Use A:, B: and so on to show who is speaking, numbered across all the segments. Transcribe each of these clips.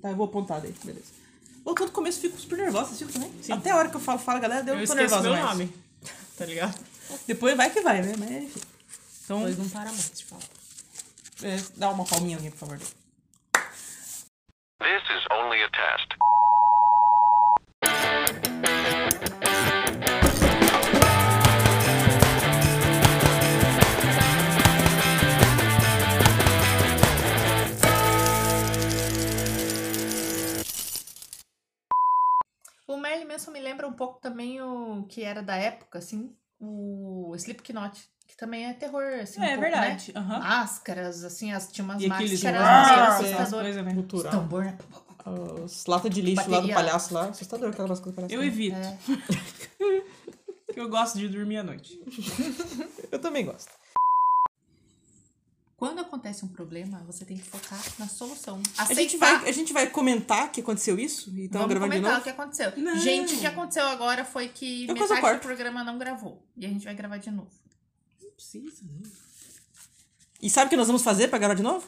A: Tá, eu vou apontar daí, beleza. Eu todo começo fico super nervosa, vocês ficam também? Até a hora que eu falo, fala, galera, eu,
B: Eu
A: não tô
B: esqueço
A: nervosa
B: meu
A: mais.
B: nome. Tá ligado?
A: Depois vai que vai, né? Mas enfim. Então,
B: Depois não para mais de falar.
A: é, dá uma palminha ali, por favor.
C: This is only a test.
D: O Merlin Manson me lembra um pouco também o que era da época, assim, o Slipknot, que também é terror, assim, um
A: é
D: pouco,
A: verdade.
D: né?
A: Aham.
D: Máscaras, assim, as, tinha umas
A: E aqueles
D: máscaras
A: "Rar",
D: assim, meio
A: essas
D: assustadoras.
A: coisas, né? Então,
D: Os
B: Cultural.
D: tambor, né?
E: Os lata de lixo lá do
D: Bateria.
E: palhaço lá. Assustador aquela coisa do palhaço.
A: Eu
E: né?
A: evito,
D: É.
A: porque eu gosto de dormir à noite.
E: eu também gosto.
D: Quando acontece um problema, você tem que focar na solução. Aceitar.
A: A gente, vai, a gente vai comentar que aconteceu isso e estamos
D: Vamos
A: gravando de
D: comentar
A: novo.
D: o que aconteceu.
A: Não.
D: Gente, o que aconteceu agora foi que
A: Depois eu
D: metade do
A: corto.
D: programa não gravou. E a gente vai gravar de novo.
A: Precisa, né? E sabe o que nós vamos fazer pra gravar de novo?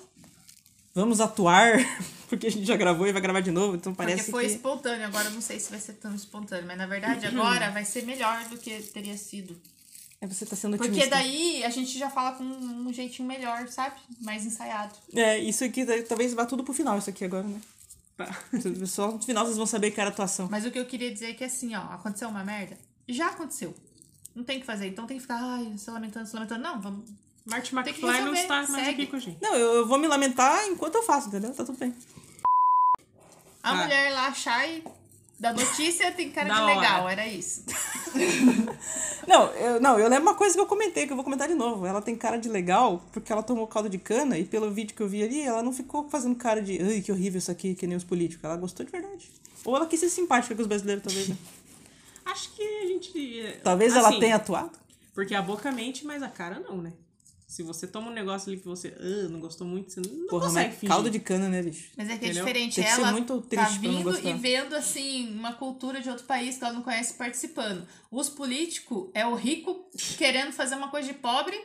A: Vamos atuar, porque a gente já gravou e vai gravar de novo, então parece
D: Porque foi
A: que...
D: espontâneo. Agora eu não sei se vai ser tão espontâneo. Mas na verdade,
B: Uhum.
D: agora vai ser melhor do que teria sido.
A: É, você tá sendo otimista.
D: Porque daí a gente já fala com um jeitinho melhor, sabe? Mais ensaiado.
A: É, isso aqui daí, talvez vá tudo pro final, isso aqui agora, né?
D: Tá.
A: Só no final vocês vão saber que era atuação.
D: Mas o que eu queria dizer é que assim, ó, aconteceu uma merda? Já aconteceu. Não tem o que fazer. Então tem que ficar, ai, se lamentando, se lamentando. Não, vamos.
B: Marty
D: que
B: McFly não
D: resolver,
B: está mais
D: segue.
B: aqui com a gente.
A: Não, eu, eu vou me lamentar enquanto eu faço, entendeu? Tá tudo bem.
D: A
A: Ah.
D: mulher lá achar e da notícia tem cara
B: Da
D: de
B: hora.
D: legal, era isso.
A: Não eu, não, eu lembro uma coisa que eu comentei, que eu vou comentar de novo. Ela tem cara de legal porque ela tomou caldo de cana e pelo vídeo que eu vi ali, ela não ficou fazendo cara de ai, que horrível isso aqui, que nem os políticos. Ela gostou de verdade. Ou ela quis ser simpática com os brasileiros, talvez. né?
B: Acho que a gente. eh,
A: Talvez ela
B: assim,
A: tenha atuado.
B: Porque a boca mente, mas a cara não, né? Se você toma um negócio ali que você ah, não gostou muito, você não
A: Porra,
B: consegue
A: mas
B: fingir.
A: caldo de cana, né, bicho?
D: Mas é que é
B: Entendeu?
D: diferente.
A: Tem que ser
D: ela
A: muito
D: tá
A: triste pra não
D: vindo
A: gostar.
D: e vendo, assim, uma cultura de outro país que ela não conhece participando. Os políticos é o rico querendo fazer uma coisa de pobre.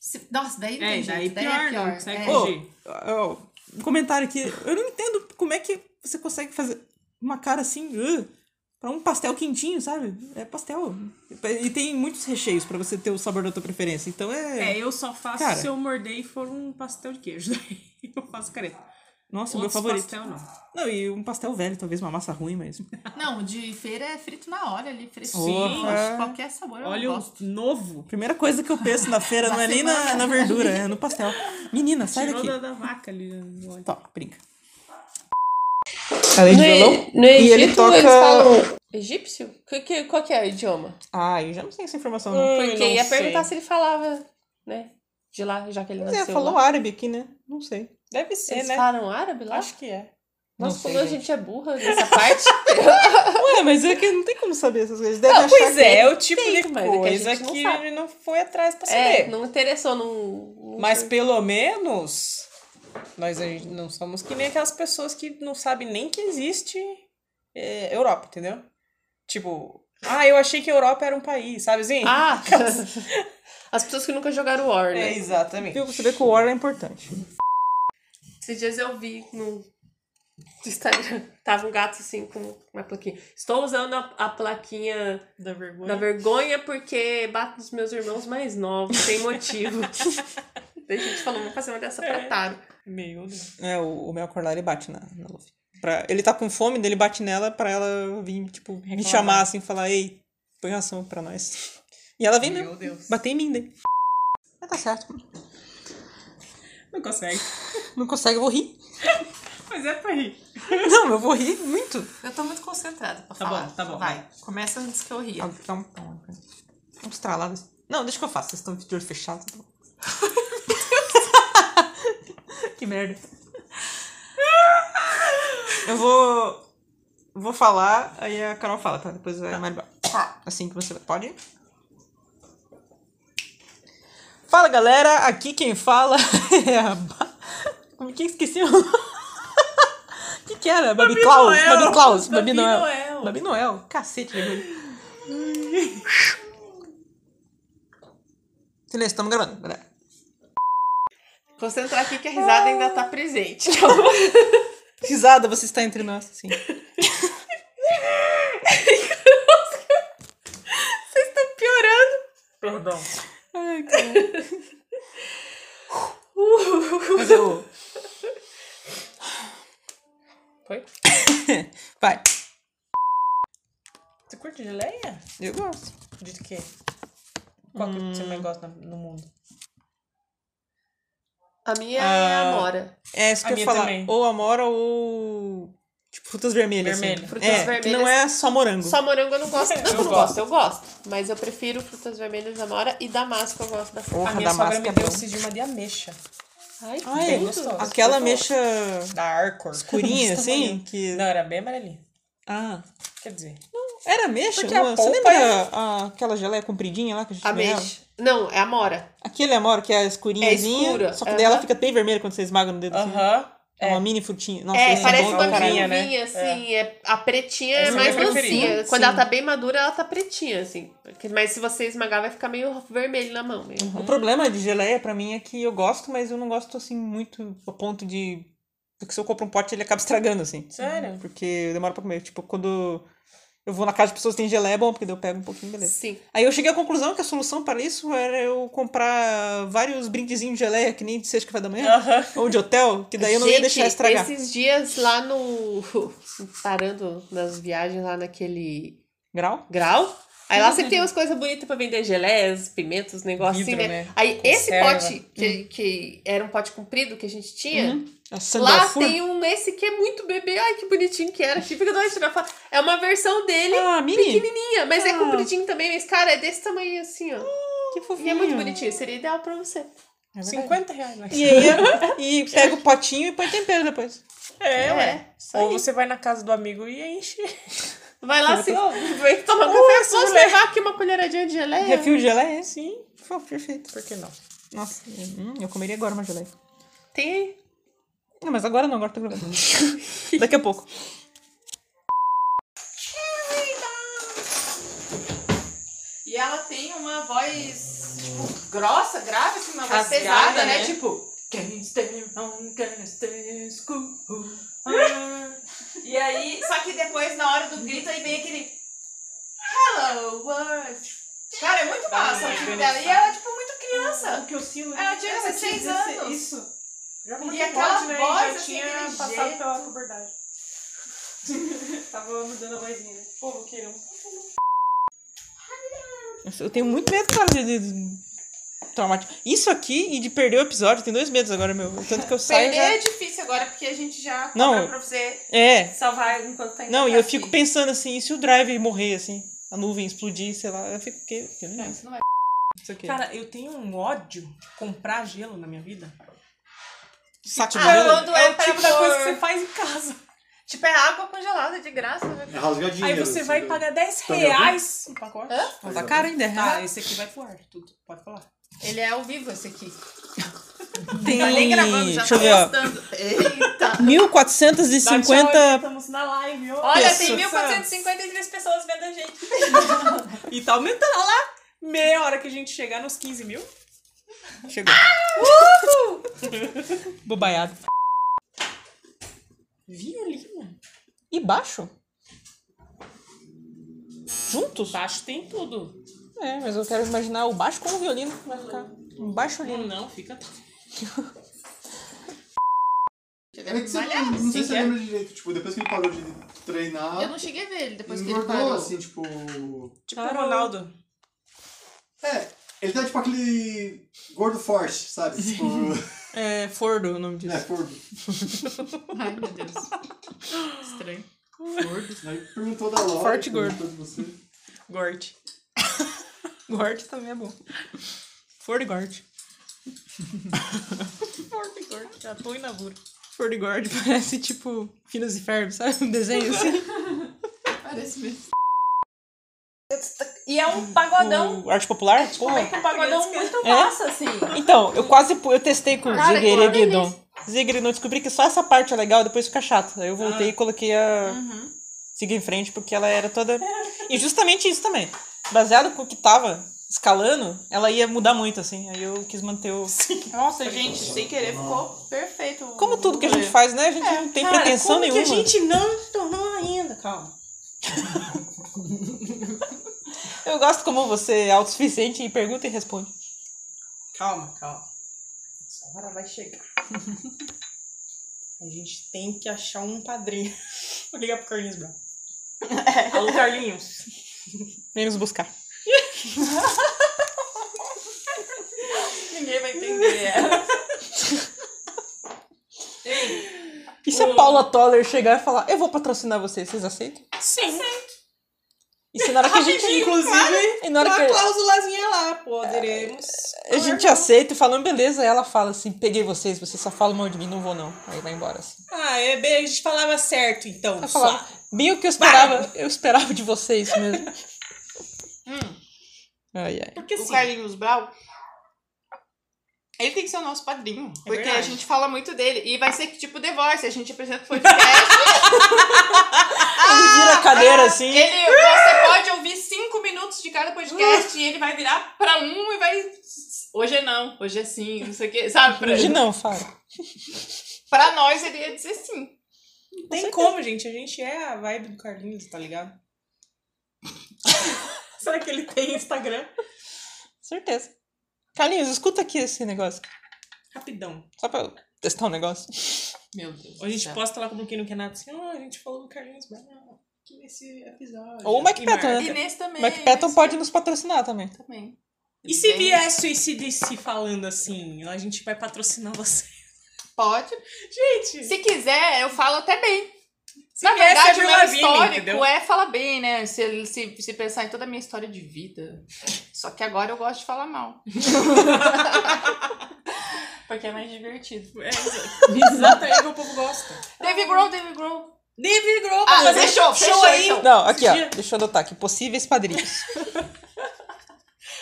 D: Se- Nossa, daí não
B: É,
D: tem
B: daí
D: jeito, daí
B: pior,
D: é pior.
B: não consegue
D: É.
B: fugir.
A: Ô, ó, um comentário aqui. Eu não entendo como é que você consegue fazer uma cara assim "Ugh", pra um pastel quentinho, sabe? É pastel. E tem muitos recheios pra você ter o sabor da tua preferência. Então é.
B: É, eu só faço
A: Cara.
B: se eu morder e for um pastel de queijo. Daí eu faço careta.
A: Nossa, é o meu
B: Outros
A: favorito.
B: pastel não.
A: Não, e um pastel velho, talvez uma massa ruim, mas.
D: Não, de feira é frito na hora ali, fresquinho.
A: Porra.
D: Qualquer sabor eu
B: Olha o
D: gosto.
B: novo.
A: Primeira coisa que eu penso na feira não é nem na, na verdura, é no pastel. Menina, sai
B: Tirou
A: daqui.
B: da, da vaca ali. o óleo.
A: Tá, brinca.
E: Além
F: No,
E: de violão.
F: E- no
E: E
F: Egito,
E: ele toca.
F: eles falam egípcio? Que, que, qual que é o idioma? Ah,
E: Ah, eu já não sei essa informação, não.
F: Porque
E: Hum, não
F: ia
E: sei.
F: perguntar se ele falava, né? De lá, já que ele
E: Mas é,
F: nasceu
E: falou
F: lá.
E: árabe aqui, né? Não sei. Deve ser,
B: É,
F: Eles
E: né?
F: falam árabe lá?
E: Acho que é. Não
F: Nossa,
E: sei,
F: como a gente é burra nessa parte.
E: Ué, mas é que não tem como saber essas coisas. Deve
F: Não,
E: achar
F: pois
E: que
F: é,
E: o tipo
F: tem, mas é que a gente não sabe.
E: ele não foi atrás pra
F: é, não interessou, não... não-
E: Mas pelo menos nós a gente não somos que nem aquelas pessoas que não sabem nem que existe é, Europa, entendeu? Tipo, ah, eu achei que a Europa era um país, sabe assim?
F: Ah! As pessoas que nunca jogaram War,
E: É,
F: né?
E: exatamente. Viu? Você vê que o War é importante.
F: Esses dias eu vi no Instagram, tava um gato assim com uma plaquinha. Estou usando a, a plaquinha
B: Da vergonha.
F: da vergonha porque bato nos meus irmãos mais novos, sem motivo. Daí a gente falou, vamos fazer uma dessa pra Taro.
E: Meu Deus. É, o, o meu acordar ele bate na, na Luffy. Pra, ele tá com fome, daí ele bate nela pra ela vir, tipo, me chamar assim, falar, ei, põe ração pra nós. E ela vem mesmo.
B: Deus.
E: Bater em mim daí. Mas tá certo.
B: Não consegue.
E: Não consegue, eu vou rir.
B: Mas é pra rir.
E: Não, eu vou rir muito.
D: Eu tô muito concentrada pra
B: Tá
D: falar.
B: bom, tá bom.
D: Vai, começa antes que eu ria.
E: Ah, dá um pão aqui. Um estralado. Não, deixa que eu faço. Vocês estão de olho fechado. tá bom. que merda. Eu vou. Vou falar, aí a Carol fala, tá? Depois vai Maribel. Assim que você vai. Pode? Fala galera, aqui quem fala é a. Ba- Como que eu esqueci o. que que era? Babi Klaus? Babi Klaus? Babi Noel. Babi Noel. Cacete, bagulho. Silêncio, estamos gravando, galera.
F: Concentrar aqui que a risada ainda tá presente.
A: Risada, você está entre nós, assim. sim.
F: Vocês estão piorando.
B: Perdão.
A: Ai, cara.
F: Uh,
A: Mas eu...
F: Foi?
A: Vai.
F: Você curte geleia?
A: Eu gosto.
F: De quê? Qual que
E: Hum.
F: você mais gosta no mundo? A minha é
A: Ah,
F: a Amora.
A: É isso
F: A
A: que eu ia
F: minha
A: falar.
F: também.
A: Ou amora ou. Tipo, frutas vermelhas.
F: Vermelho.
A: assim.
F: Frutas
A: é, Que não é só morango.
F: Só morango eu não gosto. Não,
B: Eu
F: que eu não
B: gosto.
F: gosto, eu gosto. Mas eu prefiro frutas vermelhas da Amora e damasco eu gosto da
A: Porra,
B: A minha sogra
A: damasco
B: me
A: é
B: deu
A: bom.
B: esse de uma de ameixa.
F: Ai, que
A: Ai,
F: bem
B: gostoso.
F: gostoso.
A: Ah, é? Aquela mecha
B: Da Arcor.
A: escurinha,
B: Desse
A: assim,
B: tamanho.
A: que...
B: Não, era bem amarelinha.
A: Ah,
B: Quer dizer,
A: era mecha?
B: Porque a
A: Luan? Você
B: polpa
A: lembra
B: é-
A: a- aquela geleia compridinha lá que a gente ganhava?
F: Ameixa. Não, é Amora.
A: Aquele amor que é escurinhazinha,
F: É escura,
A: só que daí ela
F: aham.
A: fica bem vermelha quando você esmaga no dedo. assim.
B: aham.
A: É uma mini frutinha. Nossa,
F: é,
A: esse
F: parece
A: bom
F: uma
A: pra caralho.
B: carinha, né?
F: viúvinha, assim. É. a pretinha
B: Essa
F: é
B: é
F: mais
B: minha preferida.
F: mansinha. Quando
A: Sim.
F: ela tá bem madura, ela tá pretinha, assim. Porque- Mas se você esmagar, vai ficar meio vermelho na mão. meio-
A: O problema de geleia pra mim é que eu gosto, mas eu não gosto assim muito a ponto de. Porque se eu compro um pote, ele acaba estragando, assim.
B: Sério?
A: Porque eu demoro pra comer. Tipo, quando eu vou na casa de pessoas que tem geleia, é bom, porque daí eu pego um pouquinho, beleza.
F: Sim.
A: Aí eu cheguei à conclusão que a solução para isso era eu comprar vários brindezinhos de geleia, que nem de sexta café da manhã,
B: Aham.
A: ou de hotel, que daí eu não ia
F: Gente,
A: deixar estragar.
F: esses dias lá no... Parando nas viagens lá naquele
A: Grau?
F: grau. Aí lá sempre tem umas coisas bonitas pra vender geleias, pimentos, negócio
B: Vidro,
F: assim, né?
B: né?
F: Aí esse
B: Conserva.
F: pote, que,
A: Uhum.
F: que era um pote comprido que a gente tinha,
A: A
F: lá
A: Sandalfur?
F: tem um esse que é muito bebê. Ai, que bonitinho que era. Que fica doido de tirar foto. É uma versão dele,
A: Ah, mini?
F: pequenininha, mas é
A: Ah.
F: compridinho também. Mas, cara, é desse tamanho assim, ó.
A: Que
F: E
A: fofinho.
F: é muito bonitinho. Seria ideal pra você.
A: É verdade.
B: 50 reais. Né?
A: E aí, e pega o potinho e põe tempero depois.
B: É, ué.
F: isso
B: Ou
F: aí.
B: você vai na casa do amigo e enche.
F: Vai lá, assim, ó, vem tomar um café. Posso levar aqui uma colheradinha de geleia?
A: É, Refil de geleia? Sim. Pô, perfeito.
B: Por que não?
A: Nossa, hum, eu comeria agora uma geleia.
F: Tem aí.
A: Não, mas agora não, agora tô gravando. Daqui a pouco.
D: E ela tem uma voz, tipo, grossa, grave, assim, uma voz
F: Rasgada,
D: pesada, né?
F: né?
D: Tipo. "Can't stay on, can't stay school." Ah. e aí, só que depois, na hora do grito, aí vem aquele. Hello, world. Cara, é muito massa o tipo dela. E ela é, tipo, muito criança.
B: que eu sinto...
D: Ela tinha 16 anos.
B: Isso. Já
D: E aquela voz, assim, aquele jeito.
B: pela puberdade. Tava mudando a vozinha. Pô, eu queria um-
A: Nossa, Eu tenho muito medo, cara, de, de... traumático. Isso aqui e de perder o episódio, tem dois medos agora, meu. Tanto que eu saio
D: Perder
A: já...
D: é difícil agora, porque a gente já cobra
A: Não.
D: pra você
A: É.
D: salvar enquanto tá indo
A: Não, e
D: pra
A: eu fico
D: si.
A: pensando assim, e se o drive morrer, assim? A nuvem explodir, sei lá. Eu fico... Que, que,
D: Não, isso não é.
A: isso aqui.
B: Cara, eu tenho um ódio de comprar gelo na minha vida.
A: Saco de
D: Ah,
A: gelo.
D: quando é,
B: o tipo da coisa que você faz em casa.
D: Tipo, é água congelada de graça, né?
C: É rasgar
B: Aí
C: dinheiro.
B: você
C: assim,
B: vai
C: né?
B: pagar 10
C: Tá me ouvindo?
B: reais no pacote.
C: Mas
A: Tá
C: eu-
A: caro ainda, é
B: Tá,
A: real.
B: esse aqui vai pro ar, tudo. Pode falar.
D: Ele é ao vivo esse aqui.
A: Tem...
D: Tá nem gravando, já
A: Deixa eu ver,
D: tá
A: ó.
D: postando. Eita!
A: 1450
B: Estamos na live, ó.
D: Olha, tem
A: Pessoas.
D: 1453 pessoas vendo a gente.
B: E tá aumentando, olha lá. Meia hora que a gente chegar nos 15 mil.
A: Chegou. Bobaiado.
B: Violino.
A: E baixo? Juntos?
B: Baixo tem tudo.
A: É, mas eu quero imaginar o baixo com o violino. Vai ficar um baixo lindo.
B: Não, fica...
C: É que você
D: Malhado,
C: não sei
D: sim,
C: se
D: é.
C: você lembra direito. Tipo, depois que ele parou de treinar,
D: Eu não cheguei a ver ele depois que ele
C: engordou,
D: parou.
C: assim, tipo...
B: Tipo o Ronaldo.
C: É, ele tá tipo aquele gordo forte, sabe? Tipo,
A: É, Fordo o nome disso.
C: é, gordo.
D: Ai, meu Deus. Estranho.
C: Aí perguntou da Laura.
A: Forte e gordo.
C: perguntou de você.
A: Gort. Gort também é bom. Fordo e Gort.
B: Já tô indo na bura.
A: Fordo e Gort parece tipo Finos e Ferb, sabe? Um desenho assim.
D: Parece mesmo.
G: E é um
C: tipo,
G: pagodão,
A: O arte popular? Porra.
G: um pagodão muito
A: É?
G: massa, assim.
A: Então, eu quase pu- eu testei com
D: Cara, que
A: Ziggeridon. Ziggeridon, descobri que só essa parte é legal, depois fica chato. Aí eu voltei e coloquei a Siga em Frente, porque ela era toda... E justamente isso também. Baseado com o que tava, escalando, ela ia mudar muito, assim. Aí eu quis manter o.
D: Nossa, gente, sem querer ficou perfeito.
A: Como tudo que a
B: é.
A: gente faz, né? A gente não tem pretensão nenhuma.
B: que a gente não se tornou ainda? Calma.
A: Eu gosto como você é autossuficiente e pergunta e responde.
B: Calma, calma. Essa hora vai chegar. A gente tem que achar um padrinho. Vou ligar pro Carlinhos Brown.
H: Alô, Carlinhos.
A: Vem nos buscar.
D: Ninguém vai entender. É.
A: E se a Paula Toller chegar e falar, eu vou patrocinar vocês, vocês aceitam?
B: Sim.
A: E se na hora que a gente,
B: Inclusive,
A: e na hora
B: uma
A: que
B: cláusulazinha lá. Poderemos.
A: a gente aceita e falando, beleza, ela fala assim, peguei vocês, vocês só falam mal de mim, não vou não. Aí vai embora assim.
B: Ah, é bem, a gente falava certo, então.
A: Ela
B: só.
A: fala, bem o que eu esperava, eu esperava de vocês mesmo.
B: Hum.
A: Ai, ai.
B: Porque
D: o
B: assim,
D: Carlinhos Brau. Ele tem que ser o nosso padrinho.
A: é
D: porque a
B: Hum, é verdade.
D: gente fala muito dele. E vai ser que tipo divórcio. A gente apresenta o podcast.
B: tá
A: Ele Ah, vira a
B: Ah,
A: cadeira assim.
B: é.
D: ele, você pode ouvir cinco minutos de cada podcast e ele vai virar pra um e vai. Hoje é não, hoje é sim, não sei o quê. Sabe? Pra,
A: Hoje não, fala.
D: pra nós ele ia dizer sim.
B: não tem como, gente. A gente é a vibe do Carlinhos, tá ligado? Será que ele tem Instagram?
A: tá? Certeza. Carlinhos, escuta aqui esse negócio.
B: Rapidão.
A: Só pra eu testar um negócio.
D: Meu Deus.
B: Ou a gente
D: do céu.
B: posta lá como quem não quer nada assim, ó, a gente falou do Carlinhos Brown aqui nesse episódio.
A: Ou o Mike
B: E
A: Patton,
B: marca.
A: né?
D: Inês também.
A: Mike Patton
D: Inês
A: pode nos patrocinar também.
D: Também.
B: E se
D: Tem-
B: viesse o ICDC falando assim, a gente vai patrocinar você.
D: Pode.
B: Gente,
D: Se quiser, eu falo até bem.
B: se
D: Na
B: viesse
D: verdade,
B: a
D: o
B: Avril
D: meu
B: Lavigne,
D: histórico
B: entendeu?
D: é falar bem, né? Se, se, se pensar em toda a minha história de vida. Só que agora eu gosto de falar mal. Porque é mais divertido.
B: É, exatamente o que o povo gosta.
D: Dave Grohl, Dave Grohl.
B: David Grohl
D: Ah,
B: fazer
D: fechou, fechou aí. Então.
A: Não, aqui ó,
B: Dia-
A: deixa eu anotar aqui. Possíveis padrinhos.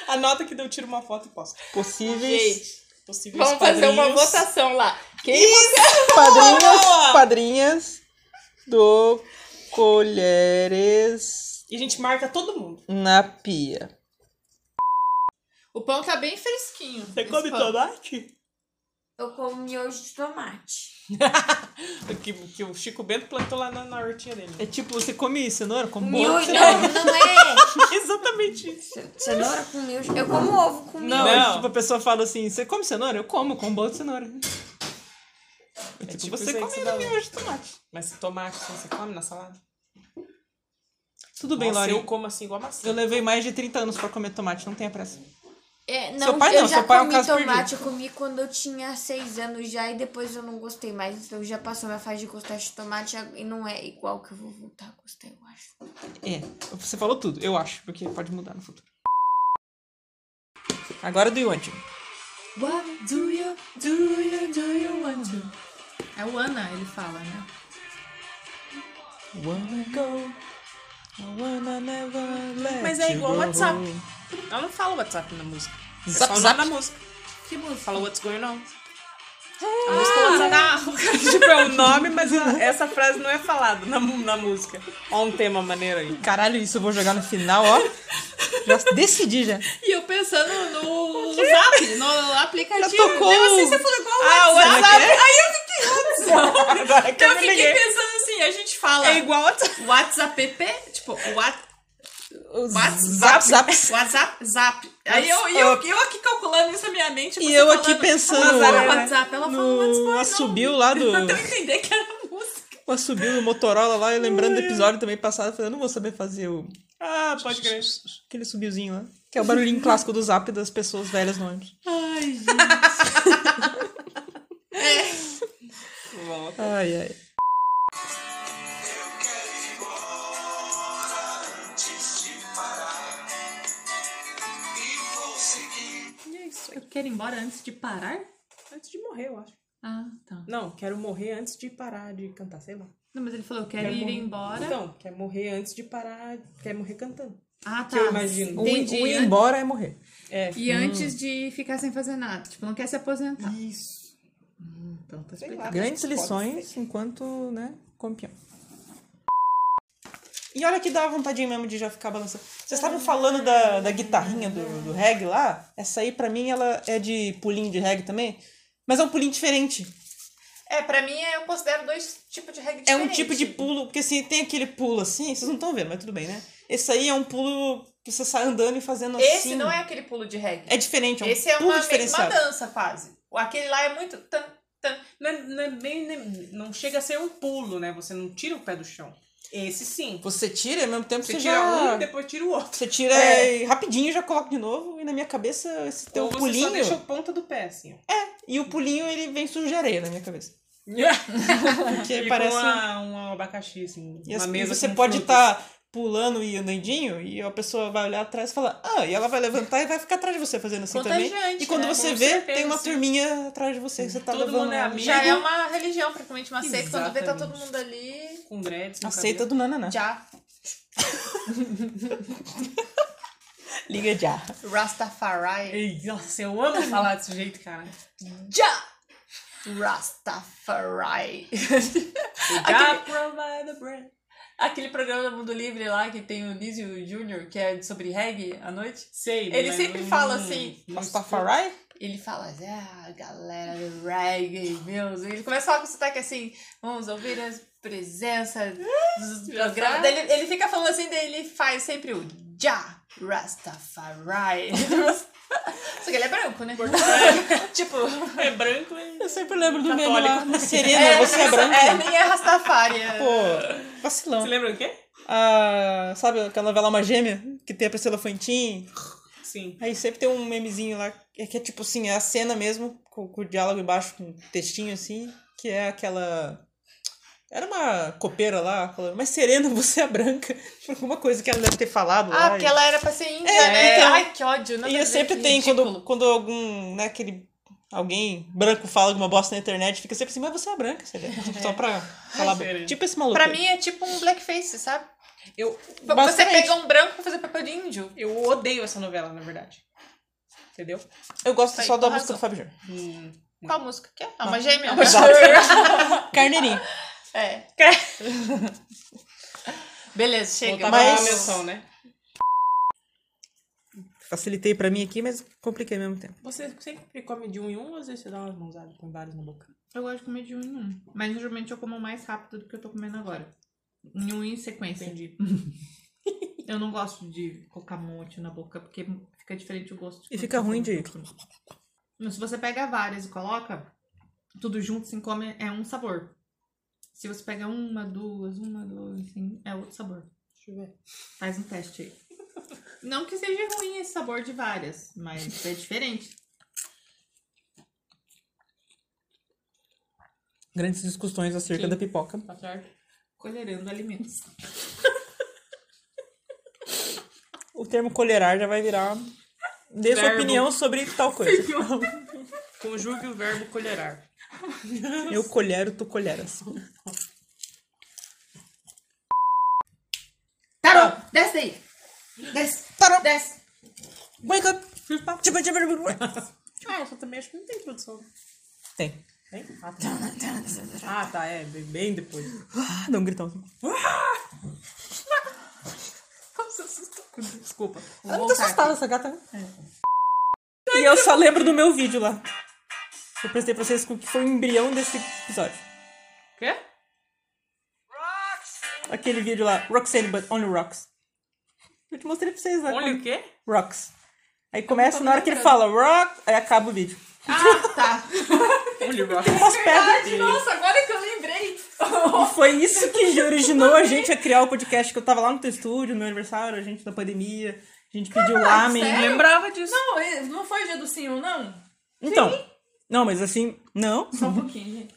B: Anota que eu tiro uma foto e posto.
A: Possíveis
D: Gente,
B: Possíveis
D: vamos fazer uma
B: padrinhos.
D: votação lá. Quem
A: padrinhas, padrinhas do Colheres
B: E a gente marca todo mundo.
A: na Pia.
D: O pão tá bem fresquinho.
B: Você
D: Esse
B: come
D: pão.
B: tomate?
I: Eu como miojo de tomate.
B: Que, que o Chico Bento plantou lá na, na hortinha dele.
A: É tipo, você come cenoura com
I: Miojo, não, não é.
B: Exatamente isso.
I: Cenoura com miojo. Eu como ovo com
A: Não,
I: miojo.
A: é
B: Não.
A: tipo, a pessoa fala assim, você come cenoura? Eu como, com bolo de cenoura. É tipo,
B: tipo isso
A: você
B: aí que
A: come
B: você
A: no
B: dá-
A: miojo de tomate.
B: Mas se tomate, assim, você come na salada?
A: Tudo bem,
B: Nossa,
A: Lori.
B: eu
A: Eu...
B: como assim igual maçã.
A: levei mais de 30 anos pra comer tomate, não tenha pressa.
I: É, não,
A: Seu pai não,
I: eu já
A: seu pai é um
I: comi
A: caso
I: tomate, eu comi quando eu tinha seis anos já e depois eu não gostei mais. Então já passou minha fase de gostar de tomate e não é igual que eu vou voltar a gostar, eu acho.
A: É, você falou tudo, eu acho, porque pode mudar no futuro. Agora um do Yuan.
H: What do you, do you, do you want to?
D: É o Ana, ele fala, né?
A: Wanna go, I wanna never let
B: Mas é
A: you
B: igual
A: go.
B: WhatsApp.
D: Uhum.
B: Ela não fala WhatsApp na música. É
A: Zap,
B: só o
A: zap.
B: nome da música.
D: Que música?
B: Fala what's going on. A música WhatsApp. tipo, é o nome, mas a- essa frase não é falada na, mu- na música. Ó um tema maneiro aí.
A: Caralho, isso eu vou jogar no final, ó. Já decidi já.
D: E eu pensando no Zap, no aplicativo.
A: Já tocou.
D: Eu assim, você falou igual o
B: Ah, o
A: é
D: WhatsApp.
B: WhatsApp.
D: Aí eu fiquei,
A: Agora que
D: eu
A: me
D: fiquei
A: liguei.
D: pensando assim, a gente fala
B: É igual WhatsApp.
D: WhatsApp, tipo, what,
A: Zap, zap.
D: WhatsApp, Zap. Aí eu, e eu, eu aqui calculando isso na minha mente.
A: E
D: você
A: eu aqui
D: falando,
A: pensando
D: Ela fala WhatsApp, ela fala
A: no
D: WhatsApp.
A: assobio lá do...
D: Até eu entender que era música.
A: O assobio do Motorola lá, e lembrando do episódio também passado, eu falei, eu não vou saber fazer o...
B: Ah, pode crer.
A: Aquele subiozinho lá. Que é o barulhinho clássico do zap das pessoas velhas no ônibus.
B: Volta.
A: Ai, ai.
H: Eu quero ir embora antes de parar?
B: Antes de morrer, eu acho.
H: Ah, tá.
B: Não, quero morrer antes de parar de cantar, sei lá.
H: Não, mas ele falou, eu quero
B: Quero
H: ir
B: morrer.
H: embora.
B: Então, quer morrer antes de parar, quer morrer cantando.
H: ah, tá.
B: que eu imagino.
A: O,
H: Entendi.
A: o ir embora Hum. é morrer.
B: É.
H: E antes de ficar sem fazer nada. Tipo, não quer se aposentar.
B: Isso.
A: Hum,
H: Então, tá
B: Sei lá.
A: Grandes
B: Pode
A: lições enquanto, né, campeão. E olha que dá vontade mesmo de já ficar balançando. Vocês
D: Ah.
A: estavam falando da, da guitarrinha do, do reggae lá. Essa aí, pra mim, ela é de pulinho de reggae também. Mas é um pulinho diferente.
D: É, pra mim eu considero dois tipos de reggae
A: É um
D: diferentes.
A: tipo de pulo, porque assim, tem aquele pulo assim, vocês não estão vendo, mas tudo bem, né? Esse aí é um pulo que você sai andando e fazendo assim.
D: Esse não é aquele pulo de reggae.
A: É diferente, é um
D: Esse é
A: pulo
D: uma, meio que uma
A: diferenciado.
D: dança quase. O- Aquele lá é muito. tan- tan-
B: Não, é- não, é bem- nem- não chega a ser um pulo, né? Você não tira o pé do chão. Esse sim.
A: Você tira e ao mesmo tempo
B: Você
A: você,
B: tira
A: já...
B: um e depois tira o outro.
A: Você tira
D: É.
A: e rapidinho e já coloca de novo. E na minha cabeça, esse teu
B: Ou você
A: um pulinho...
B: só deixa a ponta do pé, assim, ó.
A: E o pulinho, ele vem sujo de areia na minha cabeça. Porque
B: e
A: É, parece...
B: com Tipo uma, um abacaxi, assim.
A: E,
B: uma
A: as- e
B: mesa
A: você
B: com
A: pode tá
B: frutas.
A: estar pulando e andandinho e a pessoa vai olhar atrás e falar, ah, e ela vai levantar e vai ficar atrás de você fazendo assim também.
D: Contagiante,
A: E quando
D: né?
A: você
B: Com
A: vê,
B: certeza,
A: tem uma
B: sim.
A: turminha atrás de você que você tá
B: Todo
A: levando.
B: mundo é amigo.
D: Já é uma religião, praticamente uma seita. Quando vê, tá
B: Exatamente.
D: todo mundo ali.
B: Com dreads, no
A: Aceita
B: cabelo.
A: do nananá.
D: Já.
A: Liga já.
D: Rastafari.
B: Ei, nossa, eu amo falar desse jeito, cara.
D: Já! Rastafari.
B: Já
F: Aquele programa do Mundo Livre lá que tem o Nísio Júnior, que é sobre reggae à noite.
B: sei.
F: Ele
B: mas
F: sempre
B: não-
F: fala assim,
B: não-
A: Rastafari?
F: Ele fala assim, ah, galera do reggae, meus. Ele começa a falar com sotaque assim, vamos ouvir as presenças dos
D: Já
F: programas.
D: tá?
F: Daí Ele, ele fica falando assim, daí ele faz sempre o Já Rastafari.
D: Só que ele é branco, né?
F: tipo,
B: É branco e...
A: Eu sempre lembro do
B: Católico.
A: meme lá. Na Serena, você é branca.
F: é, nem é Rastafari. é.
A: Pô,
B: Você
A: vacilão.
B: lembra do quê?
A: Ah, sabe aquela novela Uma Gêmea? Que tem a Priscila Fantin?
B: Sim.
A: Aí sempre tem um memezinho lá, é que é tipo assim, é a cena mesmo, com, com o diálogo embaixo, com um textinho assim, que é aquela. Era uma copeira lá, falando, mas Serena, você é branca. Alguma coisa que ela deve ter falado lá.
D: Ah, porque ela era pra ser índia,
A: É,
D: né?
A: então.
D: Ai, que ódio. Não
A: E eu sempre tem, quando, quando algum, né, aquele. Alguém branco fala alguma bosta na internet, fica sempre assim, mas você é branca, Serena. Tipo, Só pra falar.
B: Serena.
A: tipo esse maluco.
D: Pra
A: aí.
D: mim é tipo um blackface, sabe?
B: Eu,
D: Você
A: Basicamente.
D: pega um branco pra fazer papel de índio.
B: eu odeio essa novela, na verdade. Entendeu? Tá
A: eu gosto
D: Aí,
A: só da
D: com
A: música do
D: razão.
A: Fábio Júnior.
B: Hum,
D: Qual música que é? Ah, uma gêmea.
A: Carneirinho.
D: É.
F: Beleza, chega.
B: voltava
A: mas-
B: à menção, né?
A: Facilitei pra mim aqui, mas compliquei ao mesmo tempo.
B: Você sempre come de um em um ou às vezes você dá umas mãozadas com vários na boca?
D: Eu gosto de comer de um em um. Mas geralmente eu como mais rápido do que eu tô comendo agora. Em um em sequência.
B: Entendi.
D: Eu não gosto de colocar um monte na boca, porque fica diferente o gosto.
A: E fica ruim de.
D: Mas Se você pega várias e coloca, tudo junto, assim, come, é um sabor. Se você pega uma, duas, uma, duas, assim, é outro sabor.
B: Deixa eu ver.
D: Faz um teste aí. Não que seja ruim esse sabor de várias, mas é diferente.
A: Grandes discussões acerca da pipoca.
B: Tá certo?
D: Colherando alimentos.
A: O termo colherar já vai virar. Dê sua
B: Verbo.
A: opinião sobre tal coisa.
B: Conjugue o verbo colherar.
A: Eu colhero, tu colheras.
D: Tarô, desce daí. Desce,
A: Tarô!
D: desce.
A: Wake up! Tchiba, tchiba, tchiba.
B: Ah, essa também acho que não tem produção.
A: Tem.
B: Tem? Ah, tá. Ah, tá, é. Bem, bem depois.
A: Ah, dá um gritão.
B: Desculpa.
A: Ela não tá assustada, essa gata.
B: É.
A: E eu só lembro do meu vídeo lá. Eu prestei pra vocês que foi o embrião desse episódio.
B: Quê?
A: Aquele vídeo lá, Roxane, but only rocks. Eu te mostrei pra vocês lá.
B: Olha o quê?
A: Rocks. Aí começa na hora que ele fala rock, aí acaba o vídeo.
D: Ah, tá.
B: Olha o
A: Umas pedras.
F: Nossa, agora que eu lembrei.
A: E foi isso que originou a gente a criar o podcast, que eu tava lá no teu estúdio, no meu aniversário, a gente da pandemia, a gente pediu lamen.
B: Lembrava disso.
F: Não, eh, não foi o dia do Sim ou não?
A: Então, não, mas assim, não.
F: Só um pouquinho, gente.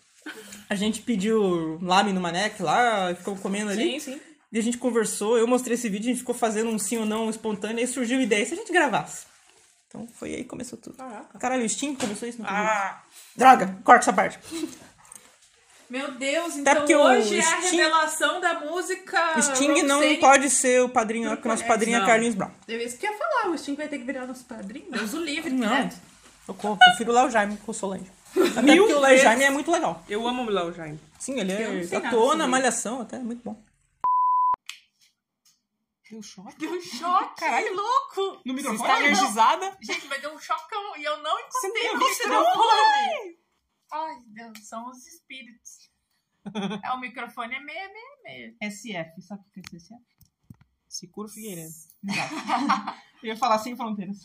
A: A gente pediu lamen no Manek lá, ficou comendo ali.
B: Sim, sim.
A: E a gente conversou, eu mostrei esse vídeo, a gente ficou fazendo um sim ou não espontâneo, e surgiu a ideia, e se a gente gravasse? Então foi aí que começou tudo.
B: Caraca.
A: Caralho, o Steam começou isso? Não ah.
B: Ah,
A: Droga, corta essa parte.
F: Meu Deus,
A: Até
F: então
A: porque o
F: hoje é a
A: Sting-
F: revelação da música.
A: O Sting não
F: Roxane.
A: pode ser o padrinho, que o nosso
B: conhece,
A: padrinho é
B: não.
A: Carlinhos Brown.
D: Eu isso que eu ia falar, o Sting vai ter que virar nosso padrinho.
F: Deus o livre,
A: Não.
F: né?
A: Eu co- prefiro o Léo Jaime com o Solange. Até porque o Léo
B: vezes.
A: Jaime é muito legal.
B: eu amo o Léo Jaime.
A: Sim, ele
F: Eu não
A: é,
F: sei nada
A: atuou
F: sobre
A: na
F: ele.
A: Malhação até, é muito bom. Deu choque?
J: Deu um choque
A: Caralho.
J: louco! Você
A: No microfone?
J: está
A: energizada?
J: Gente, mas deu um chocão e eu não
A: Você não
J: encontrei o
A: viu que deu um
J: microfone! Ai, Deus, são os espíritos. É, o microfone é meia, meia, meia.
E: SF, sabe o que é SF? Seguro Figueiredo. Exato. Eu ia falar sem fronteiras.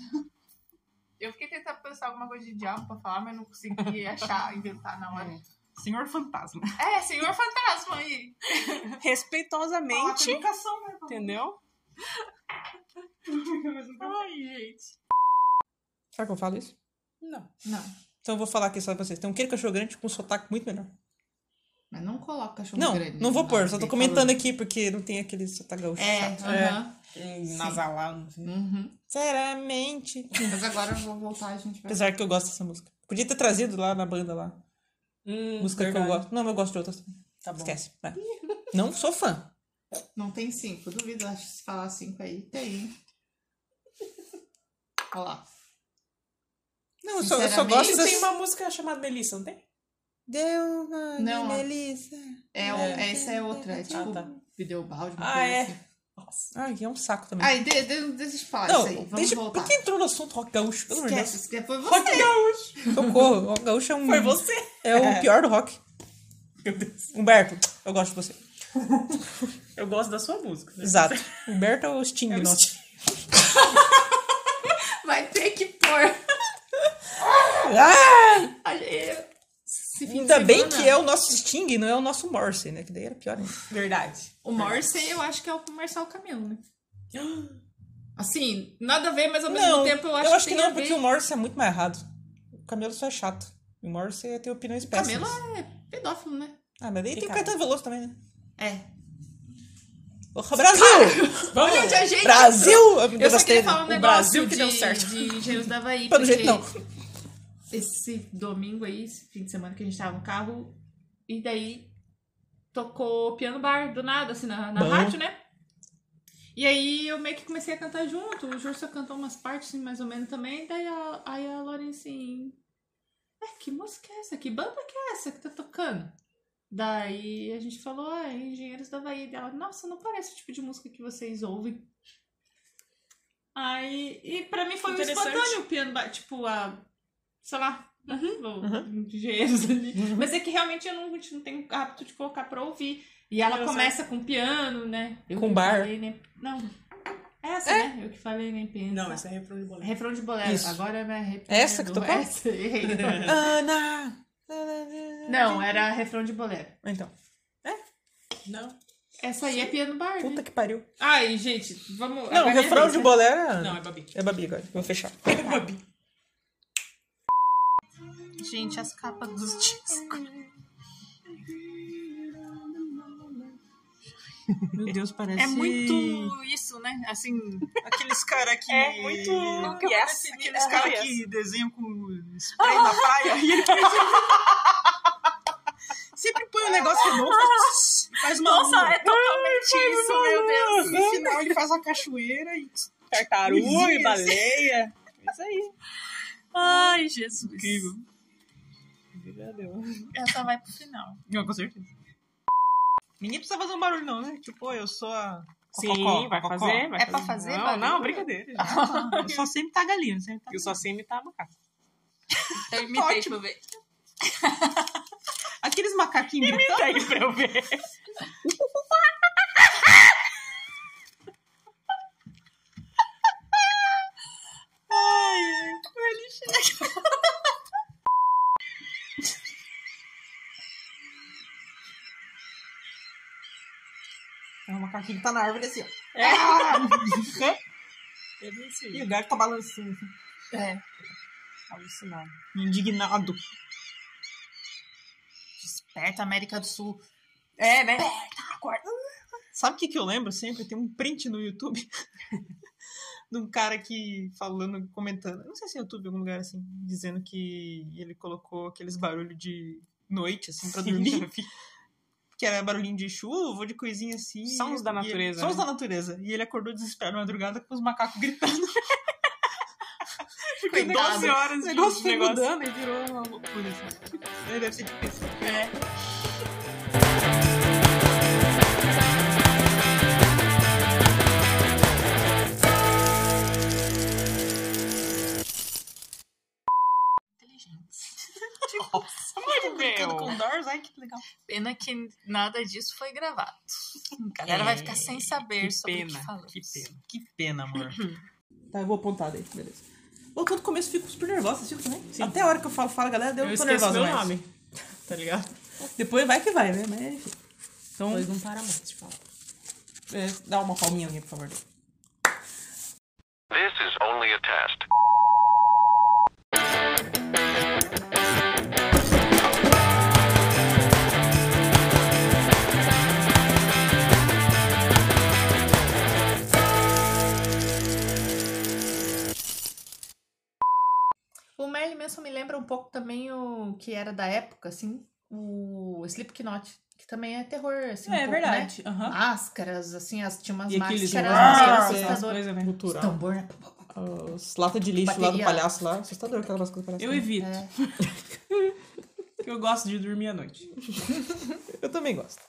J: Eu fiquei tentando pensar alguma coisa de diabo pra falar, mas não consegui achar, inventar na hora.
E: Senhor Fantasma.
J: É, senhor fantasma aí!
E: Respeitosamente,
J: Educação, né?
E: entendeu?
J: Ai, gente.
A: Será que eu falo isso?
D: Não.
A: Então eu vou falar aqui só pra vocês. Tem um queiro cachorro grande com um sotaque muito melhor.
D: Mas não coloca cachorro
A: Não,
D: Um grande.
A: não vou pôr,
D: Não,
A: só tô
D: tem
A: comentando
D: calor.
A: aqui porque não tem aquele sotaque gaúcho.
D: É,
A: chato.
D: aham.
B: Nasalar, não sei.
D: Uhum.
A: Sinceramente.
D: Mas agora eu vou voltar, a gente vai.
A: Apesar que eu gosto dessa música. Podia ter trazido lá na banda lá.
B: Hum,
A: música que eu
B: verdade.
A: gosto. Não, mas eu gosto de outras também.
B: Tá bom.
A: Esquece. vai. Não sou fã.
D: Não tem cinco, duvido. Acho que se falar cinco aí, tem. Olha lá.
A: Não, eu só, eu só gosto
D: Sinceramente,
A: das...
B: Tem uma música chamada Melissa, não tem?
A: Deu uma
D: Não, ó.
A: Melissa.
D: É, o- é, essa é outra. É tipo,
A: Ah,
B: tá.
D: videobalde. uma
B: Ah,
D: coisa
B: é.
D: Assim.
A: Ai, é um saco também.
D: Ai, de, de, deixa eu falar isso aí.
A: não,
D: Vamos
A: deixa,
D: voltar.
A: por que entrou no assunto rock gaúcho? Pelo amor de
D: Esquece,
A: Deus.
D: esquece. Foi
A: Rock
D: você.
A: gaúcho. Socorro. Rock gaúcho é um...
B: Foi você!
A: É o pior do rock.
B: Meu Deus.
A: Humberto, eu gosto de você.
B: Eu gosto da sua música. né?
A: Exato. Humberto é o Sting
B: É o
A: nosso.
D: Vai ter que pôr.
A: Ah!
D: Ai, eu- esse é, fim de
A: Ainda bem
D: semana-
A: que é o nosso Sting, não é o nosso Morse, né? Que daí era pior ainda.
B: Verdade.
D: O Morse, eu acho que é o Marcelo Camelo, né? Assim, nada a ver, mas ao mesmo tempo eu acho,
A: que,
D: tem
A: não,
D: a ver.
A: porque o Morse é muito mais errado. O Camelo só é chato. E o Morse tem opiniões
D: Camelo
A: péssimas.
D: é pedófilo, né?
A: Ah, mas daí
B: E
A: tem o
B: cara?
A: Caetano Veloso também, né?
D: É.
A: Porra, Brasil!
B: Vamos!
D: Olha onde a gente
A: Brasil! Eu,
D: Eu só
A: gostei.
D: queria falar um
A: o
D: negócio
A: Brasil que
D: de,
A: deu certo.
D: de Engenheiros da Havaí.
A: Pelo jeito, não.
D: Esse domingo aí, esse fim de semana que a gente tava no carro, e daí tocou piano bar do nada, assim, na, na
A: Bom.
D: rádio, né? E aí eu meio que comecei a cantar junto. O Júlio só cantou umas partes, assim, mais ou menos também. Daí a, aí a Lauren assim. É, que música é essa? Que banda que é essa que tá tocando? Daí a gente falou, ah, é Engenheiros da Bahia. Dela, nossa, não parece o tipo de música que vocês ouvem. Aí, e pra mim foi um
B: Interessante.
D: espontâneo o piano, ba- tipo, a, sei lá, uhum. engenheiros ali.
A: Uhum.
D: Mas é que realmente eu não, não tenho hábito de colocar pra ouvir. E ela
B: Eu
D: começa com piano, né? Eu
A: Com
D: que
A: bar.
D: falei, né? Não, essa, né? Eu que falei, nem pensa.
B: É? Não, esse é refrão de boleto.
D: Refrão de bolero.
A: Isso.
D: Agora não é refrão
A: Essa que
D: do-
A: tocou?
D: Essa, errei.
A: Ana!
D: não, era refrão de bolero.
A: Então,
B: Não.
D: Essa aí é piano bar, né?
A: puta que pariu.
D: Ai, gente, vamos...
A: Não,
D: agora
A: o
D: é
A: refrão
D: vez,
A: de
D: né?
A: bolero é
B: Não,
A: Ana.
B: é Babi.
A: É Babi agora. Vou fechar.
B: É Babi.
D: Gente, as capas dos discos.
E: Meu Deus, parece.
D: É muito isso, né? Assim,
E: Aqueles caras que.
D: É muito-
E: Yes, aqueles caras que desenham com spray na praia. E ele Sempre põe um negócio de novo. faz- Faz uma.
D: Nossa,
E: lua.
D: é totalmente isso, meu Deus.
E: No final ele faz uma cachoeira e. Tartaruga e baleia. Isso aí.
D: Ai, Jesus.
E: Incrível.
D: Essa vai pro final.
E: Não, com certeza. Ninguém precisa fazer um barulho, não, né? Tipo, eu sou a.
B: Sim,
E: Cococó,
B: vai
E: cococó.
B: fazer, vai
D: É pra fazer
B: Não,
D: barulho?
B: não, brincadeira. gente.
E: Eu só sempre tá galinha, sempre tá.
B: Eu só sei imitar a macaco.
D: Então imitei pra eu ver.
E: Aqueles macaquinhos gritando.
B: Segue pra eu ver.
E: É um macaquinho que tá na árvore assim, ó.
B: Eu não sei.
E: E o gato tá balançando, assim,
D: É.
E: alucinado. Indignado.
D: Desperta América do Sul.
E: É, né? Sabe o que, que eu lembro sempre? Tem um print no YouTube de um cara que falando, comentando. eu Não sei se é YouTube, algum lugar assim, dizendo que ele colocou aqueles barulhos de noite, assim, pra dormir. que era barulhinho de chuva, ou de coisinha assim.
B: Sons da
E: E ele-
B: natureza,
E: sons
B: né?
E: da natureza. E ele acordou desesperado na madrugada com os macacos gritando. Porque
D: Coitado.
E: 12 horas
B: O
E: de
B: negócio
E: negócio
B: foi
E: foi mudando e virou uma loucura. Assim. Ele deve ser tipo isso.
K: Pena que nada disso foi gravado. A galera vai ficar sem saber sobre o que falamos.
E: É, que pena. Que pena, amor.
A: Tá, eu vou apontar daí, beleza. Louco, no começo eu fico super nervosa, vocês ficam também? Até a hora que eu falo, fala, galera, eu,
B: Eu
A: não tô
B: esqueço
A: nervosa
B: meu
A: mais.
B: nome. Tá ligado?
A: Depois vai que vai, né? Mas enfim. Então,
B: Pois não para mais de falar.
A: é, dá uma palminha minha, por favor.
L: This is only a test.
D: O Merlin Manson me lembra um pouco também o que era da época, assim, o Slipknot, que também é terror, assim, um
B: É, é
D: pouco, né?
B: verdade. Aham.
D: Máscaras, assim, as, tinha umas
B: E aqueles
D: máscaras
A: assim,
D: assim,
B: rrr,
D: meio
B: essas
D: assustadoras.
B: coisas, né?
D: Os tambor, né?
A: Os lata de lixo lá do
D: Bateria.
A: palhaço lá. Assustador aquela coisa do palhaço.
B: Eu evito. Porque É. eu gosto de dormir à noite.
A: Eu também gosto.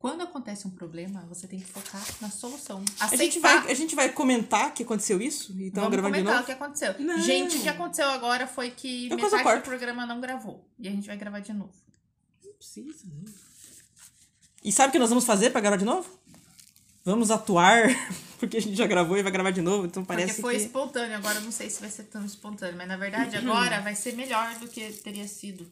D: Quando acontece um problema, você tem que focar na solução.
A: A gente,
D: Aceitar.
A: vai, a gente vai comentar que aconteceu isso? E tão
D: Vamos
A: gravando de
D: comentar
A: novo? Então,
D: o que aconteceu.
B: Não.
D: Gente, o que aconteceu agora foi que
A: Depois eu
D: metade do
A: corto.
D: programa não gravou. E a gente vai gravar de novo.
B: Precisa.
A: E sabe o que nós vamos fazer pra gravar de novo? Vamos atuar, porque a gente já gravou e vai gravar de novo, então parece
D: Porque foi
A: que...
D: espontâneo. Agora eu não sei se vai ser tão espontâneo. Mas na verdade agora vai ser melhor do que teria sido.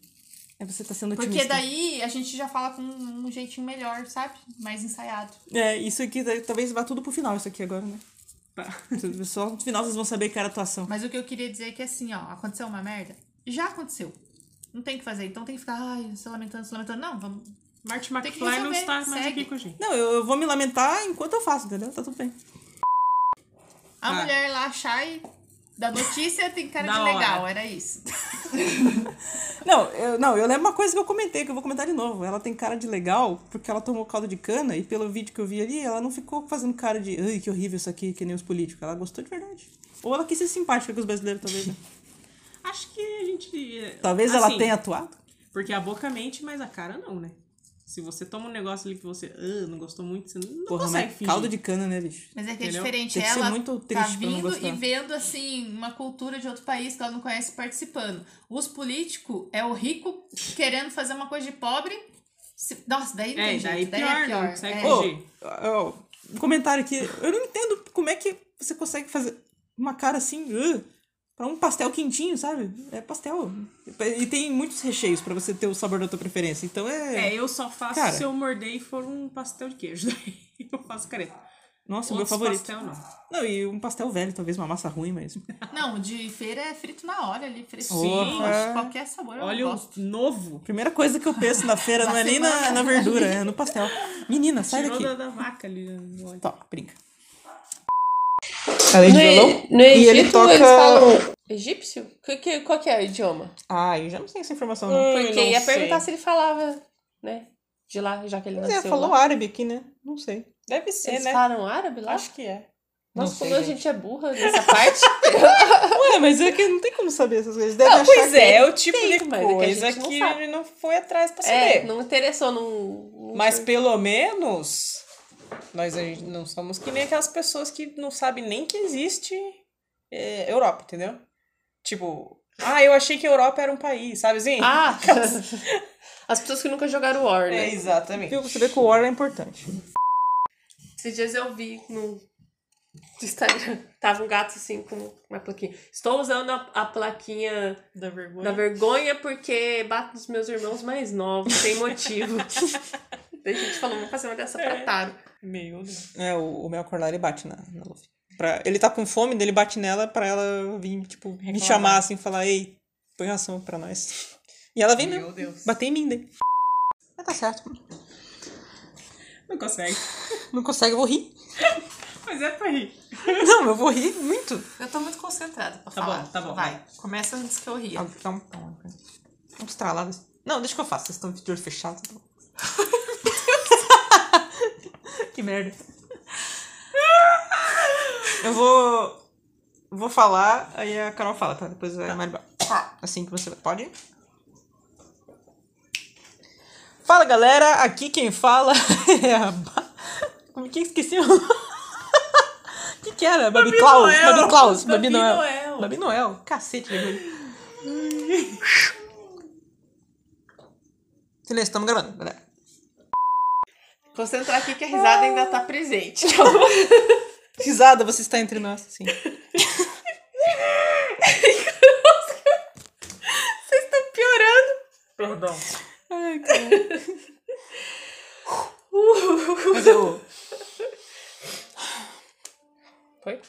A: É, você tá sendo
D: Porque
A: otimista.
D: daí a gente já fala com um jeitinho melhor, sabe? Mais ensaiado.
A: É, isso aqui daí, talvez vá tudo pro final, isso aqui agora, né?
D: Tá.
A: Só no final vocês vão saber que era atuação.
D: Mas o que eu queria dizer é que assim, ó, aconteceu uma merda. Já aconteceu. Não tem o que fazer. Então tem que ficar, ai, se lamentando, se lamentando. Não, vamos.
B: Marty
D: Tem que
B: McFly não
D: resolver,
B: está mais
D: segue.
B: aqui com a gente.
A: Não, eu, eu vou me lamentar enquanto eu faço, entendeu? Tá tudo bem.
D: A
B: Ah.
D: mulher lá achar e da notícia tem cara
B: Da
D: de
B: hora.
D: legal, era isso.
A: Não eu, não, eu lembro uma coisa que eu comentei, que eu vou comentar de novo. Ela tem cara de legal, porque ela tomou caldo de cana, e pelo vídeo que eu vi ali, ela não ficou fazendo cara de ai, que horrível isso aqui, que nem os políticos. Ela gostou de verdade. Ou ela quis ser simpática com os brasileiros, talvez. Né?
B: Acho que a gente. eh,
A: Talvez ela
B: assim,
A: tenha atuado.
B: Porque a boca mente, mas a cara não, né? Se você toma um negócio ali que você ah, não gostou muito, você não
A: Porra,
B: consegue
A: mas
B: fingir.
A: caldo de cana, né, bicho?
D: Mas é que é
B: Entendeu?
D: diferente.
A: Tem que ser
D: ela
A: muito
D: tá
A: triste pra não
D: vindo
A: gostar.
D: e vendo, assim, uma cultura de outro país que ela não conhece participando. Os políticos é o rico querendo fazer uma coisa de pobre. Se- Nossa, daí não
B: É,
D: tem jeito,
B: daí, pior,
D: é
B: não
D: pior.
B: consegue
D: É.
A: Ô,
B: fingir.
A: ó, um comentário aqui. Eu não entendo como é que você consegue fazer uma cara assim "Ugh", pra um pastel quentinho, sabe? É pastel. E tem muitos recheios pra você ter o sabor da tua preferência. Então é.
B: É, eu só faço
A: Cara.
B: se eu morder e for um pastel de queijo. Daí eu faço careta.
A: Nossa, é o meu
B: Outros
A: favorito.
B: pastel não.
A: Não, e um pastel velho, talvez uma massa ruim, mas.
D: Não, de feira é frito na hora ali, fresquinho.
A: Porra.
D: Qualquer sabor eu
B: Olha
D: gosto.
B: o novo.
A: Primeira coisa que eu penso na feira não é nem na, na verdura, é no pastel. Menina, sai
B: Tirou
A: daqui.
B: da, da vaca ali. o óleo.
A: Tá, brinca.
F: é
A: Além de
C: é
A: violão?
F: no
A: E ele
F: Egito,
A: toca-
F: eles falam egípcio? Que, que, qual que é o idioma?
A: Ah, eu já não sei essa informação, não.
F: Porque ia perguntar se ele falava, né? De lá, já que ele
A: Mas é,
F: nasceu
A: falou
F: lá.
A: árabe aqui, né? Não sei. Deve ser,
F: Eles
A: né?
F: falam árabe lá?
A: Acho que é. Não
F: Nossa,
A: sei,
F: quando a
A: gente.
F: gente é burra nessa parte.
A: Ué, mas é que não tem como saber essas coisas. Deve achar
E: pois
A: que-
E: é, é o tipo
F: Tem,
E: de
F: mas é que a
E: coisa
F: gente não
E: que
F: sabe.
E: ele não foi atrás pra
F: é,
E: saber.
F: não interessou, não. não-
E: Mas pelo menos nós a gente não somos que nem aquelas pessoas que não sabem nem que existe é, Europa, entendeu? Tipo, ah, eu achei que a Europa era um país, sabe assim?
F: Ah! As pessoas que nunca jogaram War,
E: É,
F: né?
E: exatamente.
A: Viu? Você vê que o War é importante.
F: Esses dias eu vi no Instagram. Tava um gato assim com uma plaquinha. Estou usando a, a plaquinha
B: Da vergonha.
F: da vergonha porque bato nos meus irmãos mais novos, sem motivo. Daí a gente falou, vamos fazer uma dessa pra Taro.
E: Meu Deus.
A: É, o, o meu acordar ele bate na, na Luffy. Pra, ele tá com fome, dele bate nela pra ela vir, tipo, me chamar assim, falar, ei, põe ração pra nós. E ela vem mesmo.
E: Meu Deus.
A: Bater em mim daí. Mas tá certo.
B: Não consegue.
A: Não consegue, eu vou rir.
B: Mas é pra rir.
A: Não, eu vou rir muito.
D: Eu tô muito concentrada pra
B: Tá
D: falar.
B: bom, tá bom.
D: Ah, Vai, começa antes que eu ria.
A: Ah, dá um pão. Um estralado. Não, deixa que eu faço. Vocês estão de olho fechado. tá bom. que merda. Eu vou. Vou falar, aí a Carol fala, tá? Depois vai Maribel. Assim que você vai. Pode?
E: Fala galera, aqui quem fala é a. Ba- Como que eu esqueci o. que que era? Babi Klaus, Babi Klaus, Babi Noel. Babi Noel, cacete, Babi.
A: Silêncio, estamos gravando, galera.
F: Concentrar aqui que a risada ainda tá presente.
A: Risada, você está entre nós, sim.
F: Vocês estão piorando.
M: Perdão.
A: Mas eu...
F: Foi?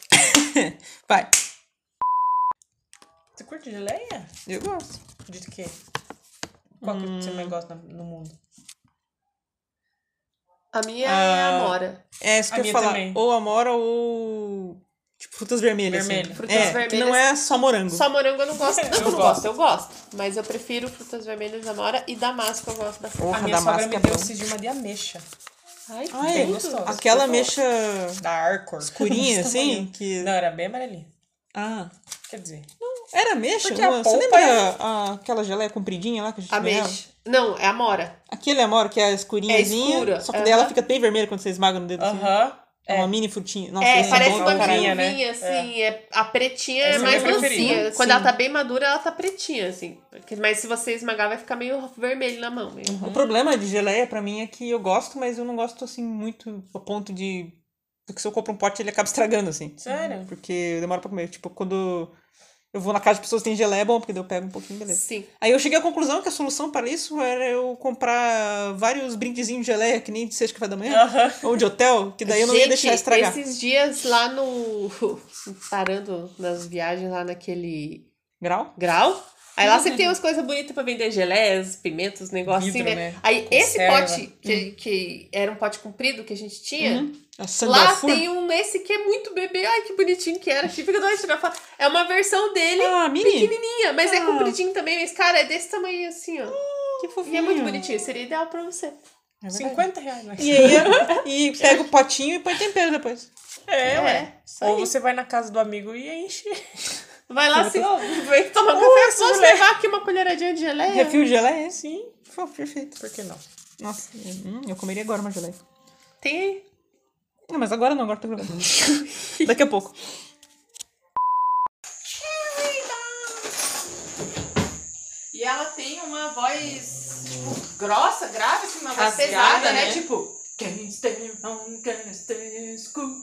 A: Vai.
F: Você curte geleia?
A: Eu gosto.
F: De quê? Qual que
B: Hum.
F: você mais gosta no mundo? A minha é
B: Ah.
F: a Amora.
A: É isso
F: A
A: que eu ia
F: minha
A: falar.
F: também.
A: Ou amora ou... Tipo, frutas vermelhas.
F: Vermelho.
A: Assim.
F: Frutas
A: é, Que não é só morango.
F: Só morango eu não gosto.
B: Eu
F: Eu não
B: gosto.
F: gosto, eu gosto. Mas eu prefiro frutas vermelhas da Amora e damasco eu gosto da
A: Porra,
B: A minha sogra
A: damasco
B: me
A: é
B: deu
F: um
A: bom.
B: esse de uma de ameixa.
F: Ai,
A: Ah,
F: bem
A: é?
F: gostoso.
A: Aquela mecha
B: Da Arcor.
A: escurinha, assim, que...
B: Não, era bem amarelinha.
A: Ah.
B: Quer dizer,
A: Era mexa?
B: Porque a
A: você
B: polpa
A: lembra
B: é-
A: a- aquela geleia compridinha lá que a gente ganhava?
F: Ameixa. Não, é Amora.
A: Aquele amor que é escurinhazinha,
F: É escura,
A: só que daí ela
F: aham.
A: fica bem vermelha quando você esmaga no dedo. assim.
B: aham.
A: É uma mini frutinha. Nossa,
F: é,
A: esse
F: parece
A: bom
F: uma
A: pra caralho.
B: carinha, né?
F: viúvinha, assim. É. a pretinha
B: Essa é
F: é mais
B: minha preferida.
F: mansinha. Quando ela tá bem madura, ela tá pretinha, assim. Porque- Mas se você esmagar, vai ficar meio vermelho na mão. meio-
A: O problema de geleia pra mim é que eu gosto, mas eu não gosto assim muito a ponto de. Porque se eu compro um pote, ele acaba estragando, assim.
B: Sério?
A: Porque eu demoro pra comer. Tipo, quando eu vou na casa de pessoas que tem geleia, é bom, porque daí eu pego um pouquinho, beleza.
F: Sim.
A: Aí eu cheguei à conclusão que a solução para isso era eu comprar vários brindezinhos de geleia, que nem de sexta café da manhã,
B: Aham.
A: ou de hotel, que daí eu não ia
F: Gente,
A: deixar estragar.
F: esses dias lá no... Parando nas viagens lá naquele
A: Grau?
F: grau. Aí lá sempre tem umas coisas bonitas pra vender geleias, pimentos, negócio
B: Vidro,
F: assim, né?
B: né?
F: Aí esse
B: Conserva.
F: pote, que,
A: Uhum.
F: que era um pote comprido que a gente tinha,
B: Uhum.
A: A
F: lá
A: Sandalfur?
F: tem um esse que é muito bebê. Ai, que bonitinho que era. Que fica doido tirar foto. É uma versão dele,
A: Ah, mini?
F: pequenininha, mas é compridinho também. Mas, cara, é desse tamanho assim, ó.
A: Que
F: E
A: fofinho.
F: é muito bonitinho. Seria ideal pra você.
A: É verdade.
B: 50 reais. Né?
A: E aí, e pega o potinho e põe tempero depois.
B: É, ué.
F: isso
B: Ou
F: aí.
B: você vai na casa do amigo e enche.
F: Vai lá assim, ó, vem tomar um café. Posso levar aqui uma colheradinha de geleia?
A: Refil de geleia? Sim. Pô, perfeito.
B: Por que não?
A: Nossa, hum, eu comeria agora uma geleia.
F: Tem aí.
A: Não, mas agora não, agora tô gravando. Daqui a pouco.
D: E ela tem uma voz, tipo, grossa, grave, assim, uma voz
B: Rasgada,
D: pesada, né?
B: né?
D: Tipo. "Can't stay on, can't stay school."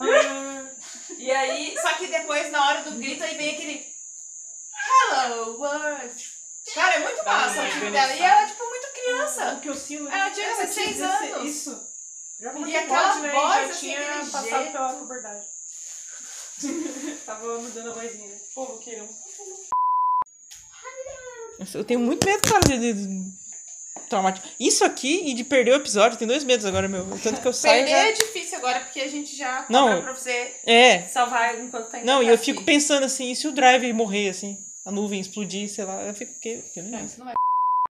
D: Ah. e aí, só que depois, na hora do grito, aí vem aquele. Hello, world. Cara, é muito massa o tipo dela. E ela é, tipo, muito criança.
B: É, que eu sinto. é,
D: Ela É, tinha 16 anos.
B: Isso. Já
D: E aquela voz, assim, aquele jeito.
B: puberdade. Tava mudando a vozinha. né? Pô, que não.
A: Nossa, eu tenho muito medo, cara, de, de- traumático. Isso aqui e de perder o episódio, tem dois medos agora, meu. Tanto que eu saio.
D: Perder
A: Já...
D: é difícil agora, porque a gente já
A: Não.
D: cobra pra você
A: É.
D: salvar enquanto tá indo
A: Não, e
D: pra
A: eu fico
D: si.
A: pensando assim, e se o drive morrer, assim? A nuvem explodir, sei lá. Eu fico. Que, que,
D: Não,
A: né?
D: isso não é.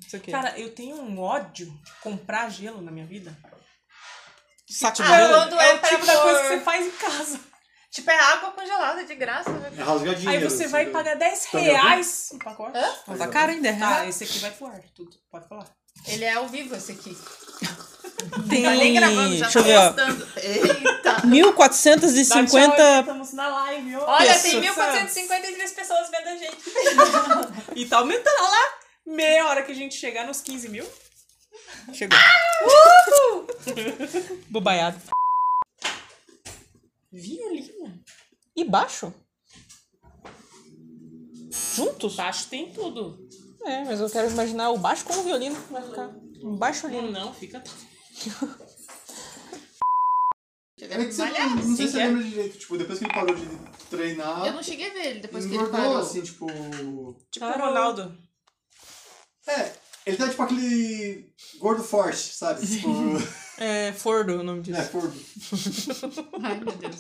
A: Isso aqui.
B: Cara, eu tenho um ódio de comprar gelo na minha vida.
A: Saco de
D: Ah,
A: gelo.
D: quando é,
B: o tipo da coisa que você faz em casa.
D: Tipo, é água congelada de graça, né?
C: É rasgar
B: Aí
C: dinheiro.
B: você
C: assim,
B: vai
C: né?
B: pagar 10
C: Tá me ouvindo?
B: reais no pacote.
C: Mas
A: Tá
C: eu-
A: caro ainda, é
B: Tá,
A: real.
B: esse aqui vai pro ar. Tudo. Pode falar.
F: Ele é ao vivo, esse aqui.
A: Tem.
F: Tá nem gravando, já
A: Deixa eu ver,
F: tá
A: ó.
F: postando. Eita.
A: 1450
B: Estamos na live, ó.
D: Olha, tem
A: Pessoas.
D: 1.453 pessoas vendo a gente.
B: E tá aumentando. Olha lá. Meia hora que a gente chegar nos 15 mil. Ah!
A: Chegou. Bobaiado.
B: Violina.
A: E baixo? Juntos?
B: Baixo tem tudo.
A: É, mas eu quero imaginar o baixo com o violino. Vai ficar um baixo
B: Não,
A: lindo.
B: não, fica. tá.
C: É que você não, não sei se você lembra direito. Tipo, depois que ele parou de treinar,
F: Eu não cheguei a ver ele depois que ele
C: engordou,
F: parou.
C: assim, tipo...
B: Tipo o Ronaldo.
C: É, ele tá tipo aquele gordo forte, sabe? Tipo,
A: É, Fordo o nome disso.
C: é, gordo.
F: Ai, meu Deus.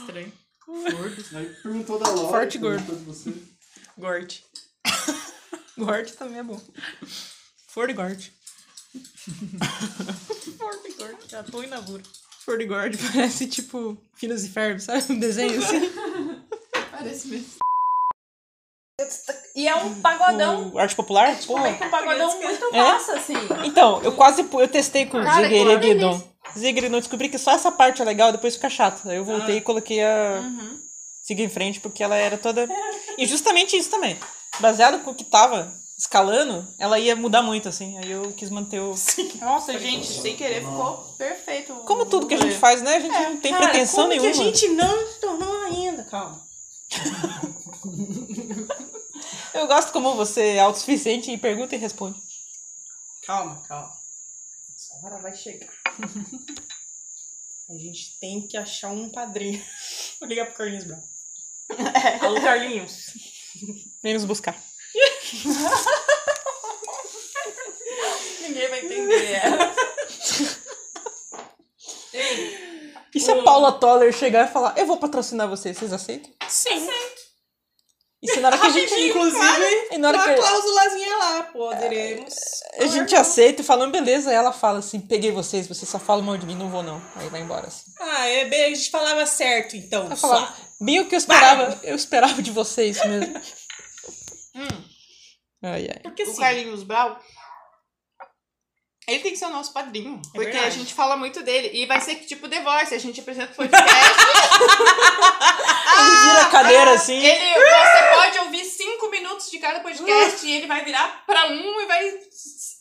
F: Estranho.
C: Aí perguntou da Laura.
A: Forte e gordo.
C: perguntou de você.
A: Gort. Gort também é bom. Fordo e Gort.
F: Forte, gordo. Já tô inaugura.
A: Fordo e Gort parece tipo Finos e Ferb, sabe? Um desenho assim.
F: Parece mesmo.
D: E é um pagodão
A: O arte popular? Porra.
D: um pagodão muito
A: É?
D: massa, assim.
A: Então, eu quase pu- eu testei com o
F: Cara, que
A: Ziggeridon. Ziggeridon, descobri que só essa parte é legal, depois fica chato. Aí eu voltei e coloquei a
D: Uhum.
A: Siga em Frente, porque ela era toda... E justamente isso também. Baseado com o que tava, escalando, ela ia mudar muito, assim. Aí eu quis manter o.
F: Nossa, gente, sem querer ficou perfeito. o-
A: Como tudo que a
F: o
A: gente
F: rolê.
A: faz, né? A gente não tem
B: Cara,
A: pretensão
B: como
A: nenhuma.
B: que a gente não se tornou ainda? Calma.
A: Eu gosto como você é autossuficiente e pergunta e responde.
B: Calma, calma. Essa hora vai chegar. A gente tem que achar um padrinho. Vou ligar pro Carlinhos Brown.
N: Alô, Carlinhos.
A: Vem nos buscar.
F: Ninguém vai entender. é.
A: E se a Paula Toller chegar e falar, eu vou patrocinar vocês, vocês aceitam?
B: Sim.
A: E se na hora que a gente, Tá inclusive, e na hora
B: Uma
A: que
B: cláusulazinha lá, poderemos.
A: a gente aceita e falando, beleza, aí ela fala assim, peguei vocês, vocês só falam mal de mim, não vou não. Aí vai embora assim.
B: Ah, é bem, a gente falava certo, então.
A: Eu
B: só.
A: falava, bem o que eu esperava, eu esperava de vocês mesmo. ai, ai.
B: Porque
F: O
B: assim,
F: Carlinhos Brau. Ele tem que ser o nosso
D: É
F: padrinho. porque a
B: verdade.
F: gente fala muito dele. E vai ser que tipo divórcio. A gente apresenta o podcast.
A: Ele vira a cadeira assim.
F: ele, você pode ouvir cinco minutos de cada podcast. e ele vai virar pra um e vai.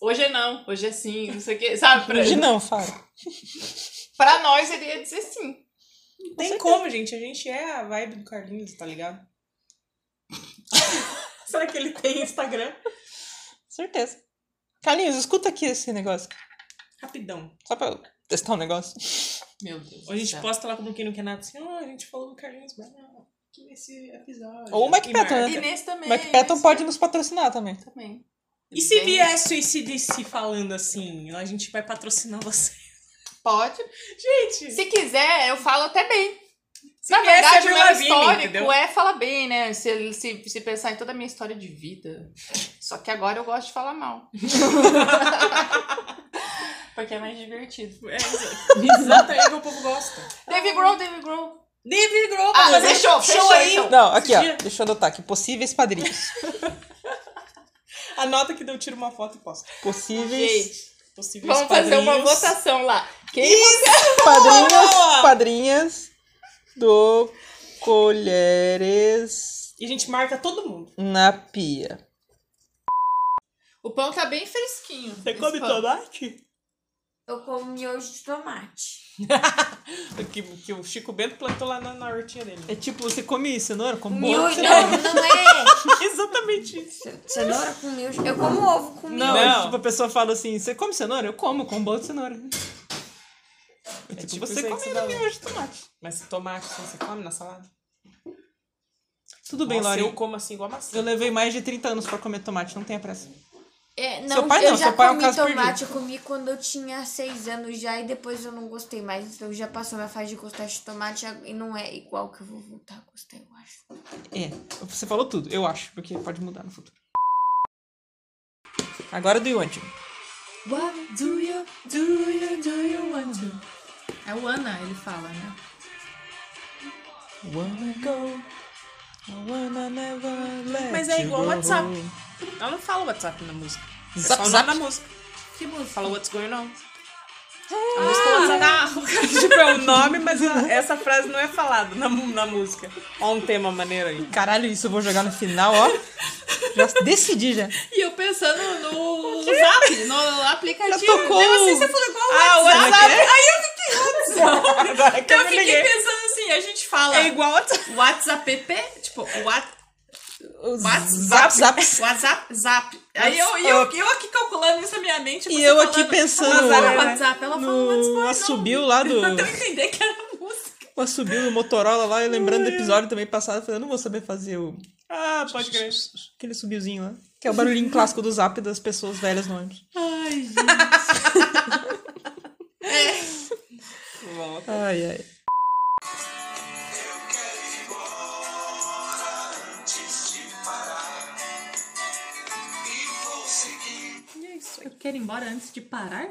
F: Hoje é não, hoje é sim, não sei o quê. Sabe? Pra,
A: Hoje é não, fala.
F: pra nós ele ia dizer sim.
B: não tem como, gente. A gente é a vibe do Carlinhos, tá ligado? Será que ele tem Instagram?
A: Certeza. Carlinhos, escuta aqui esse negócio.
B: Rapidão.
A: Só pra eu testar um negócio.
F: Meu Deus.
B: Ou a gente
F: do céu.
B: posta lá como quem não quer nada assim, ah, a gente falou do Carlinhos Brown aqui nesse episódio.
A: Ou o Mike
B: E
A: Patton,
B: marca.
A: né?
F: E nesse também.
A: Mac Patton
F: nesse
A: pode nos patrocinar também.
D: Tá
F: também.
B: E se viesse o ICDC falando assim, a gente vai patrocinar você.
F: Pode.
B: Gente,
F: Se quiser, eu falo até bem.
B: se
F: Na
B: viesse
F: verdade,
B: a Avril
F: o é meu
B: Lavigne,
F: histórico
B: entendeu?
F: é falar bem, né? Se, se, se pensar em toda a minha história de vida. Só que agora eu gosto de falar mal. Porque é mais divertido.
B: É, exatamente o que o povo gosta.
F: David Grohl, David Grohl.
B: David Grohl
F: Ah,
B: fazer
F: fechou, fechou
B: aí.
F: então.
A: Não, aqui ó,
B: Dia-
A: deixa eu anotar aqui, possíveis padrinhos.
B: Anota que eu tiro uma foto e posto.
A: Possíveis
F: Gente,
B: Possíveis
F: vamos fazer uma
B: padrinhos.
F: votação lá. Quem
A: padrinhas, padrinhas do Colheres
B: E a gente marca todo mundo.
A: na Pia.
F: O pão tá bem fresquinho.
B: Você
F: esse
B: come
F: pão.
B: tomate?
I: Eu como miojo de tomate.
B: Que, que o Chico Bento plantou lá na, na hortinha dele.
A: É tipo, você come cenoura com
I: Miojo, não, não é.
A: Exatamente isso.
I: Ce- Cenoura com miojo. Eu como ovo com
A: Não,
I: miojo.
A: é tipo, a pessoa fala assim, você come cenoura? Eu como, com bolo de cenoura. É tipo,
B: tipo isso
A: você
B: aí que você
A: comendo
B: dá-
A: miojo de tomate.
B: Mas se tomate, assim, você come na salada?
A: Tudo bem,
B: Nossa,
A: Lori.
B: eu
A: Eu...
B: como assim igual maçã.
A: levei mais de 30 anos pra comer tomate, não tenha pressa.
I: É, não,
A: Seu pai
I: eu
A: não,
I: já
A: seu pai é um
I: comi
A: caso
I: tomate, eu comi quando eu tinha seis anos já e depois eu não gostei mais. Então já passou minha fase de gostar de tomate e não é igual que eu vou voltar a gostar, eu acho.
A: É, você falou tudo, eu acho, porque pode mudar no futuro. Agora do Yuan.
D: What do you, do you, do you want to? É o Ana, ele fala, né?
A: Wanna go, I wanna never let
B: Mas é
A: you
B: igual
A: go.
B: WhatsApp. Ela não fala WhatsApp na música. É
A: Zap,
B: só o nome
A: zap.
B: na música.
D: Que música?
B: Fala what's going on. A
F: Ah,
B: música
F: tá.
B: WhatsApp. tipo, é o nome, mas a- essa frase não é falada na, mu- na música. Ó um tema maneiro aí.
A: Caralho, isso eu vou jogar no final, ó. Já decidi já.
D: E eu pensando no Zap, no
A: Já
D: aplicativo.
A: tocou.
D: assim,
B: Ah, o WhatsApp. Aí
A: Agora que é eu,
D: Eu
A: me
D: fiquei
A: liguei.
D: pensando assim, a gente fala
B: é igual WhatsApp.
D: WhatsApp, tipo, what,
A: Zap, zap.
D: WhatsApp, Zap. Aí eu, e eu, eu aqui calculando isso na minha mente.
A: E
D: você
A: eu aqui
D: falando,
A: pensando é.
D: Ela fala WhatsApp, ela fala WhatsApp.
A: no assobio lá do...
B: tá
D: Eu entender que era música.
A: O assobio do Motorola lá, e lembrando do episódio também passado, eu falei, eu não vou saber fazer o...
B: Ah, pode crer.
A: Aquele subiozinho lá. Que é o barulhinho clássico do zap das pessoas velhas no ônibus.
B: É. Volta.
A: Ai, ai.
D: Eu quero ir embora antes de parar?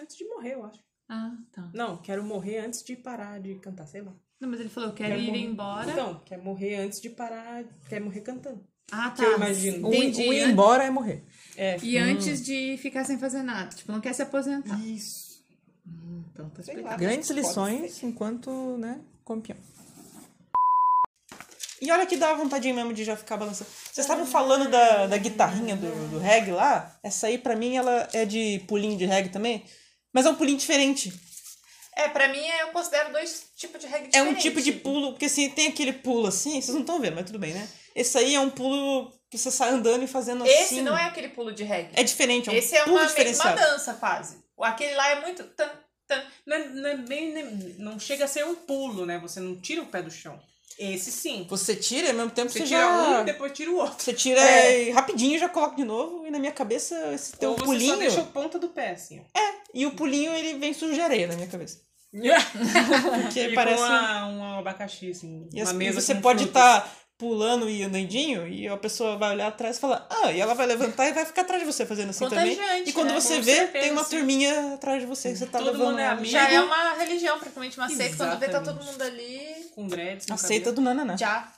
B: Antes de morrer, eu acho.
D: Ah, tá.
B: Não, quero morrer antes de parar de cantar, sei lá.
D: Não, mas ele falou, eu quero
B: Quer
D: ir
B: morrer.
D: embora.
B: Tá Então, quer morrer antes de parar, quer morrer cantando.
D: ah, tá.
B: eu imagino.
A: O,
D: Entendi.
A: o ir embora é morrer.
B: É.
D: E antes de ficar sem fazer nada. Tipo, não quer se aposentar.
B: Isso.
D: Então, tá
B: Sei lá.
D: explicado.
A: Grandes
B: Pode
A: lições enquanto, né, campeão. E olha que dá vontade mesmo de já ficar balançando. Vocês estavam falando da, da guitarrinha do, do reggae lá. Essa aí, pra mim, ela é de pulinho de reggae também. Mas é um pulinho diferente.
B: É, pra mim eu considero dois tipos de reggae
A: É um
B: diferentes.
A: tipo de pulo, porque assim, tem aquele pulo assim, vocês não estão vendo, mas tudo bem, né? Esse aí é um pulo que você sai andando e fazendo assim.
B: Esse não é aquele pulo de reggae.
A: É diferente, é um
B: Esse é
A: pulo
B: uma, meio que uma
A: diferenciado.
B: dança quase. O- Aquele lá é muito. tan, tan. Não, é- não é bem- nem- não chega a ser um pulo, né? Você não tira o pé do chão. Esse sim.
A: Você tira e ao mesmo tempo você,
B: Você tira
A: já...
B: um e depois tira o outro.
A: Você tira
B: É.
A: e rapidinho e já coloca de novo. E na minha cabeça, esse teu
B: Ou você
A: pulinho...
B: só deixa Então, o ponta do pé, assim. ó.
A: E o pulinho, ele vem sujo de areia na minha cabeça. Porque
B: É, E
A: parece...
B: com uma, um abacaxi, assim.
A: E,
B: uma
A: as- e
B: mesa
A: você
B: com
A: pode
B: frutas.
A: estar pulando e andandinho e a pessoa vai olhar atrás e falar, ah, e ela vai levantar e vai ficar atrás de você fazendo assim também.
D: Contagiante,
A: E quando
D: né?
A: você
D: Com
A: vê,
D: certeza.
A: tem uma turminha atrás de você que você tá
B: Todo
A: levando.
B: mundo é
A: ela.
B: amigo.
D: Já é uma religião, praticamente uma seita. Quando vê, tá
B: Exatamente.
D: todo mundo ali.
B: Com dreads. no
A: Aceita
B: cabelo.
A: do Nananá.
B: Já.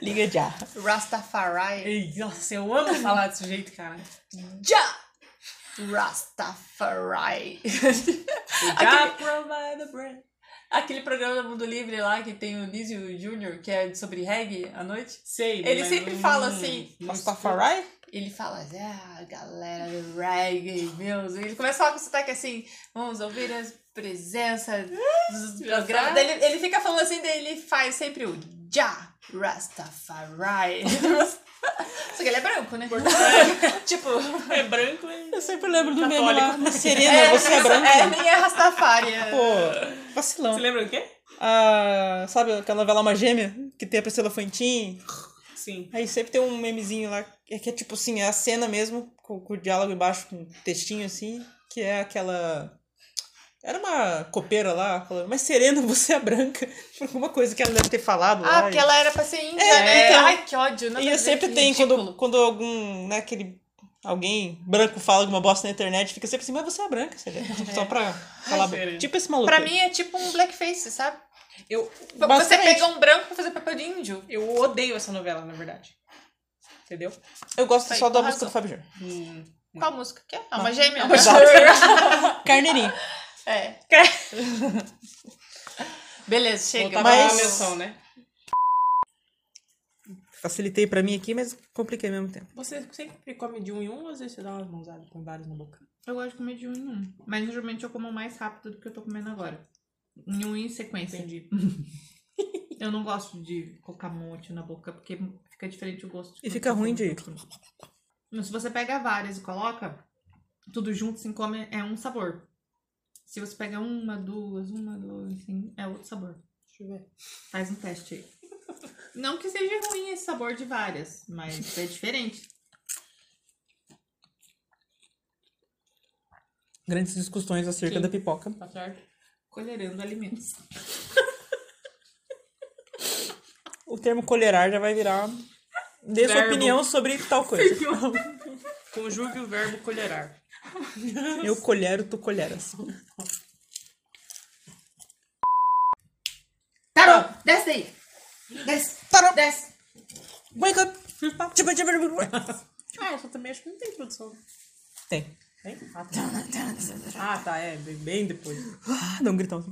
A: Liga já.
D: Rastafari.
B: Ei, nossa, eu amo falar desse jeito, cara.
D: Já! Rastafari.
B: Já.
D: Aquele programa do Mundo Livre lá que tem o Nísio Júnior, que é sobre reggae à noite.
B: Sei.
D: Ele
B: mas
D: sempre
B: não-
D: fala assim,
B: não
A: tá Rastafari?
D: Ele fala, ah, galera do reggae, meus. Ele começa a falar com sotaque assim, vamos ouvir as presenças dos programas. Daí Ele, ele fica falando assim, daí ele faz sempre o Ja Rastafari. Só que ele é branco, né? tipo,
O: É branco e.
A: Eu sempre lembro do
O: Católico.
A: meme lá. Na Serena, você é branca.
D: é, nem é Rastafari. é.
A: Pô, vacilão.
O: Você lembra o quê?
A: Ah, sabe aquela novela Uma Gêmea? Que tem a Priscila Fantin?
O: Sim.
A: Aí sempre tem um memezinho lá, é que é tipo assim, é a cena mesmo, com, com o diálogo embaixo, com um textinho assim, que é aquela. Era uma copeira lá, falando, mas Serena, você é branca. Alguma coisa que ela deve ter falado lá.
D: Ah, porque ela era pra ser índia,
A: É,
D: né?
A: então.
D: Ai, que ódio. nada
A: E
D: a ver,
A: eu sempre
D: que
A: tem, quando,
D: ridículo.
A: quando algum, né, aquele. Alguém branco fala alguma bosta na internet, fica sempre assim, mas você é branca, Serena. Só pra falar.
O: Serena.
A: tipo esse maluco.
D: Pra
A: aí.
D: mim é tipo um blackface, sabe?
B: Eu-
D: Você
A: Basicamente.
D: pega um branco pra fazer papel de índio.
B: Eu odeio essa novela,
A: É
B: na verdade. Entendeu?
O: Tá
A: eu gosto
D: Aí,
A: só da
D: com
A: música do
D: razão.
A: Fábio Júnior.
D: Qual música que é? Ah, uma gêmea.
A: Carneirinho.
D: É. Beleza, chega.
A: Voltar pra
D: Mas-
A: lá, meu
B: Então, né?
A: Facilitei pra mim aqui, mas compliquei ao mesmo tempo.
O: Você sempre come de um em um ou às vezes você dá umas mãozadas com vários na boca?
P: Eu gosto de comer de um em um. Mas geralmente eu como mais rápido do que eu tô comendo agora. Em um em sequência. Entendi. eu não gosto de colocar um monte na boca, porque fica diferente o gosto.
A: E fica ruim de.
P: Mas Então, Se você pega várias e coloca, tudo junto, assim, come, é um sabor. Se você pega uma, duas, uma, duas, assim, é outro sabor. Deixa eu ver. Faz um teste aí. Não que seja ruim esse sabor de várias, mas é diferente.
A: Grandes discussões acerca da pipoca.
P: Tá certo? Colherando alimentos.
A: O termo colherar já vai virar. Dê sua
O: Verbo.
A: opinião sobre tal coisa.
O: Conjugue o verbo colherar.
A: Eu colhero, tu colheras.
P: Tarô, desce daí. Desce.
A: Tarô.
P: Desce.
A: Wake up! Tchiba, tchiba, tchiba.
O: Ah, essa também acho que não tem produção.
A: tipo. Tem.
O: Tem? Ah, tá. Ah, tá, é. Bem, bem depois.
A: Ah, dá um gritão.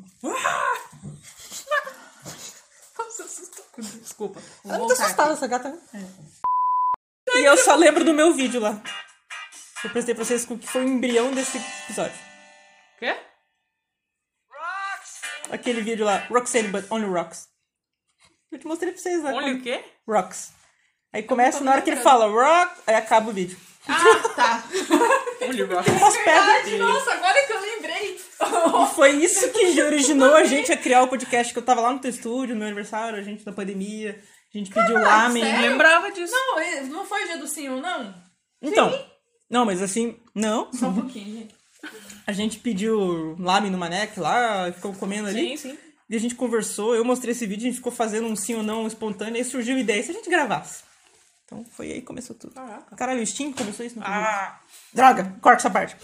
O: Desculpa.
A: Eu não tô assustada essa gata. é-
O: É.
A: E eu só lembro do meu vídeo lá. Eu prestei pra vocês com que foi o embrião desse episódio.
O: Quê?
A: Aquele vídeo lá, Roxane, but only rocks. Eu te mostrei pra vocês lá.
O: Olha o quê?
A: como- Rocks. Aí
D: tá
A: começa na hora que ele fala rock, aí acaba o vídeo.
D: Ah, tá.
O: Olha o
A: Umas pedras.
D: Verdade, nossa, agora que eu lembrei.
A: E foi isso que originou a gente a criar o podcast, que eu tava lá no teu estúdio, no meu aniversário, a gente da pandemia, a gente pediu lamen.
D: sério?
O: Lembrava disso.
D: Não,
P: é,
D: eh, não foi o dia do senhor, não?
A: Então, não, mas assim, não.
D: Só um pouquinho, gente.
A: A gente pediu lamen no Manek lá, ficou comendo ali.
O: Sim, sim.
A: E a gente conversou, eu mostrei esse vídeo, a gente ficou fazendo um sim ou não espontâneo, aí surgiu a ideia, e se a gente gravasse? Então foi aí que começou tudo. Caralho, o Steam começou isso? Não ah.
B: Hum.
A: Droga, corta essa parte.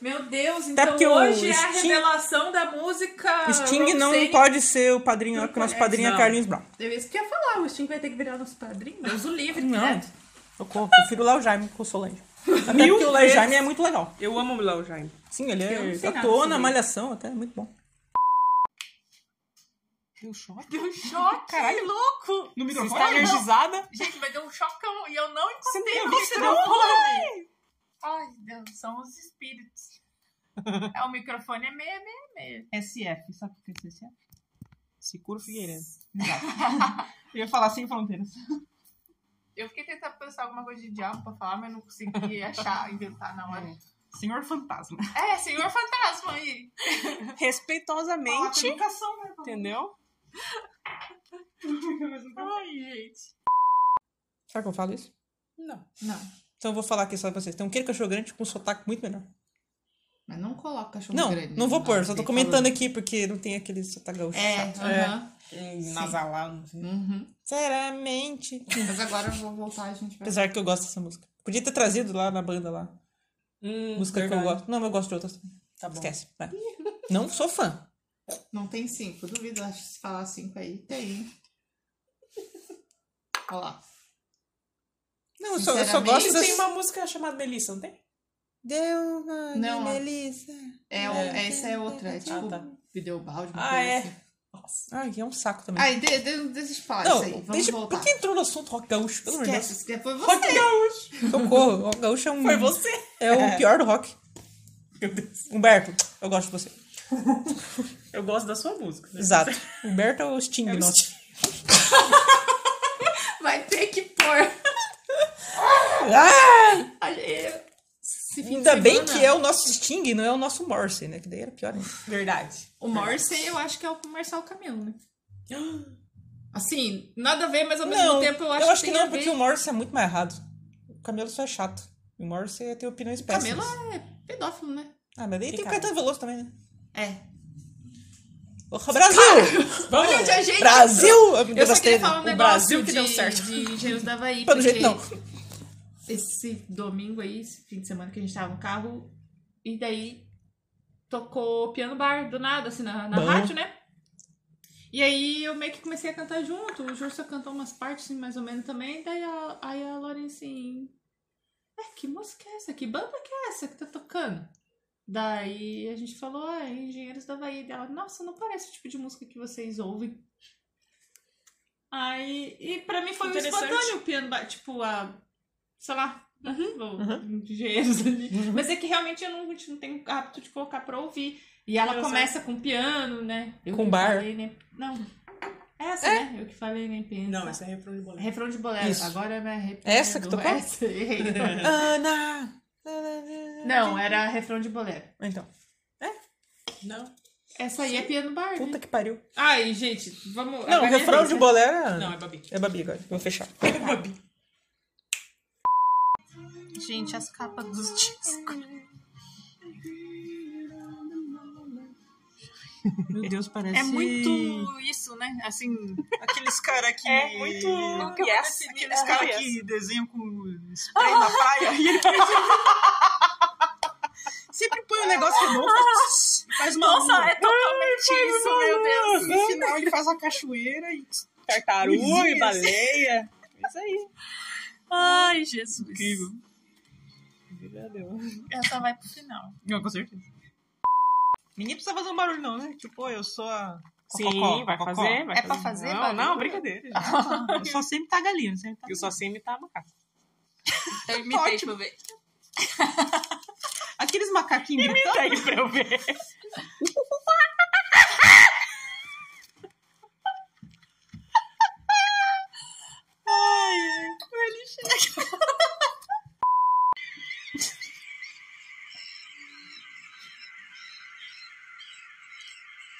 D: Meu Deus,
A: Até
D: então
A: porque o
D: hoje é a
A: Sting-
D: revelação da música.
A: O Sting não
D: Roxane.
A: pode ser o padrinho, porque o nosso padrinho é
O: não.
A: Carlinhos Brown.
P: Eu isso que eu ia falar, o Sting vai ter que virar nosso padrinho.
D: Deus o livre,
A: Não.
D: né?
A: Eu co- prefiro o Léo Jaime com o Solange. Até porque o Léo Jaime é muito legal.
O: Eu amo o Léo Jaime.
A: Sim, ele
P: Eu não
A: é
P: sei nada
A: atuou
P: sobre
A: na
P: ele.
A: Malhação até, é muito bom. Deu choque?
Q: Deu choque,
A: Caralho.
Q: louco! Você
A: No microfone?
Q: está
A: energizada?
Q: Gente, mas deu um chocão e eu não
A: Você
Q: encostei
A: não
Q: no
A: deu chocão?
Q: microfone. Ai, Deus, são os espíritos. É, o microfone é meia, meia, meia.
E: SF, sabe o que é SF? Seguro Figueiredo. Eu ia falar sem fronteiras.
Q: Eu fiquei tentando pensar alguma coisa de diabo pra falar, mas não consegui achar, inventar na hora.
E: Senhor Fantasma.
Q: É, senhor fantasma aí.
E: Falar com
B: Respeitosamente,
E: educação, né?
B: entendeu?
Q: Ai, gente.
A: Será que eu falo isso?
R: Não.
A: Então eu vou falar aqui só pra vocês. Tem um queiro cachorro grande com um sotaque muito melhor.
D: Mas não coloca cachorro
A: Não,
D: Um grande.
A: não vou pôr,
D: Não,
A: só tô
D: tem
A: comentando
D: calor.
A: aqui porque não tem aquele sotaque gaúcho.
D: É,
A: chato.
D: aham.
E: Nasalar, não sei.
D: Uhum.
A: Sinceramente.
D: Mas agora eu vou voltar, a gente vai.
A: Apesar que eu gosto dessa música. Podia ter trazido lá na banda lá.
B: Hum.
A: música que eu gosto. Não, mas eu gosto de outras também.
E: Tá bom.
A: Esquece. vai. Não sou fã.
D: Não tem cinco, duvido. Acho que se falar cinco aí, tem. Olha lá.
A: Não, eu só, eu só gosto
D: Sinceramente,
A: das...
D: tem
E: Uma música chamada Melissa, não tem?
A: Deu uma
D: Não, ó.
A: Melissa.
D: É, o- é, essa é outra. É tipo,
E: Ah, tá.
D: videobalde, uma
E: Ah,
D: coisa
E: é.
D: assim.
A: Ai, é um saco também.
D: Ai, de, de, deixa eu falar
A: não,
D: Ah, isso aí. Vamos
A: deixa,
D: voltar.
A: por que entrou no assunto rock gaúcho? Pelo amor de
D: Esquece,
A: Deus.
D: esquece. Foi você.
A: Socorro, rock gaúcho é um... Foi você. É o pior do rock.
E: Meu Deus.
A: Humberto, eu gosto de você.
E: Eu gosto da sua música. né?
A: Exato. Humberto é o Sting,
E: o
A: nosso.
D: Vai ter que pôr.
A: Ah!
D: é, Esse fim de
A: Ainda bem
D: semana.
A: que é o nosso Sting, não é o nosso Morse, né? Que daí era pior ainda.
E: Verdade.
D: O Morse, eu acho que é o Marcelo Camilo, né? Assim, nada a ver, mas ao mesmo tempo eu acho,
A: que,
D: tem
A: não,
D: a ver.
A: porque o Morse é muito mais errado. O Camelo só é chato. E o Morse tem opiniões
D: Camilo
A: péssimas.
D: é pedófilo, né?
A: Ah, mas daí tem o
E: Ricardo.
A: Caetano Veloso também, né?
D: É.
A: Porra, Brasil!
E: Vamos!
D: Onde a gente
A: Brasil! Eu,
D: Eu só
A: gostei.
D: queria falar um
A: O
D: negócio
A: Brasil
D: de,
A: que deu certo.
D: de Engenheiros da Havaí.
A: Pelo jeito, não.
D: Esse domingo aí, esse fim de semana que a gente tava no carro, e daí tocou piano bar do nada, assim, na, na
A: Bom.
D: rádio, né? E aí eu meio que comecei a cantar junto. O Jursa cantou umas partes, assim, mais ou menos também. Daí a, aí a Lauren assim. É, que música é essa? Que banda que é essa que tá tocando? Daí a gente falou, ah, é Engenheiros da Bahia. Dela, nossa, não parece o tipo de música que vocês ouvem. Aí, e pra mim foi um
E: Interessante.
D: espontâneo o piano, ba- tipo, a, sei lá,
A: Uhum,
D: tipo, engenheiros ali. Mas é que realmente eu não, a gente não tenho hábito de colocar pra ouvir. E ela
E: Eu
D: começa com piano, né? Eu
A: Com
D: que
A: bar. É.
D: falei, né? Não. Essa, né? Eu que falei nem pensa.
E: Não, esse é refrão de boleto.
D: Refrão de bolero.
A: Isso.
D: Agora, né? refrão
A: Essa
D: do- É.
A: que tocou?
D: Essa, errei.
A: Ana!
D: não, era refrão de bolero.
A: Então,
E: Não.
D: Essa aí é piano bar,
A: puta
D: né?
A: que pariu.
D: Ai, gente, vamos...
A: Não,
D: agora
A: o
D: é
A: refrão
D: isso,
A: de
D: né?
A: bolero é
E: Não,
A: Ana.
E: é Babi.
A: É Babi agora, vou fechar.
E: É Babi.
Q: Gente, as capas dos discos.
E: Meu Deus, parece...
Q: É muito isso, né? Assim,
E: Aqueles caras que...
B: É muito- Yes,
E: Aqueles
B: é,
E: caras
B: yes.
E: que desenham com spray na praia e ele faz... Sempre põe um negócio novo, faz- faz uma
Q: nossa,
E: lua.
Q: é totalmente isso, meu Deus.
E: No final ele faz uma cachoeira e...
B: Tartaruga e baleia. Isso aí.
Q: Ai, Jesus.
E: Incrível.
Q: Essa vai pro final.
E: Não, com certeza. Ninguém precisa fazer um barulho, não, né? Tipo, eu sou a.
B: Sim, vai fazer. Vai
Q: É pra fazer? Tá.
B: Não,
Q: barulho?
B: não, brincadeira. gente.
E: Eu só sempre tá galinha, sempre tá.
B: Eu só sei imitar a macaco.
Q: Então eu imitei, deixa eu ver.
E: Aqueles macaquinhos gritando.
B: Segue pra eu ver.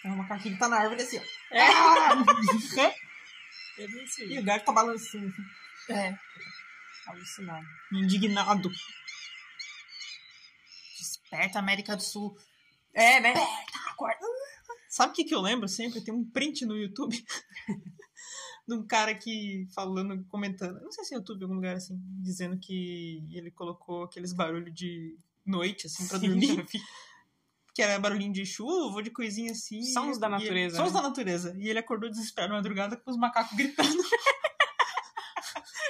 E: É um macaquinho que tá na árvore assim, ó.
B: É isso
E: E né? o gato tá balançando, assim,
Q: É.
E: alucinado. Indignado.
Q: Desperta, América do Sul.
E: É, né? Sabe o que, que eu lembro sempre? Tem um print no YouTube de um cara que falando, comentando. Não sei se é YouTube, algum lugar assim, dizendo que ele colocou aqueles barulhos de noite, assim, pra dormir. que era barulhinho de chuva ou de coisinha assim.
B: Sons da
E: E-
B: natureza,
E: sons
B: né?
E: da natureza. E ele acordou desesperado na madrugada com os macacos gritando.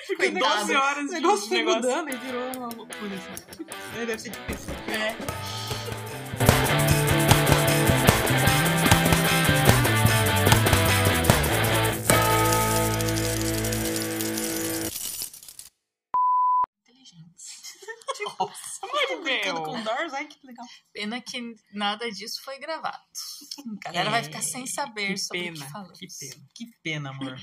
E: Porque
B: Coitado.
E: 12 horas
B: O
E: de
B: negócio
E: negócio
B: foi
E: foi mudando e virou uma loucura. Assim. É. Ele deve ser difícil. Doors, ai que legal. Pena que nada disso foi gravado. A galera vai ficar sem saber sobre o É, que
S: Pena,
E: falamos.
S: que pena. Que pena, amor.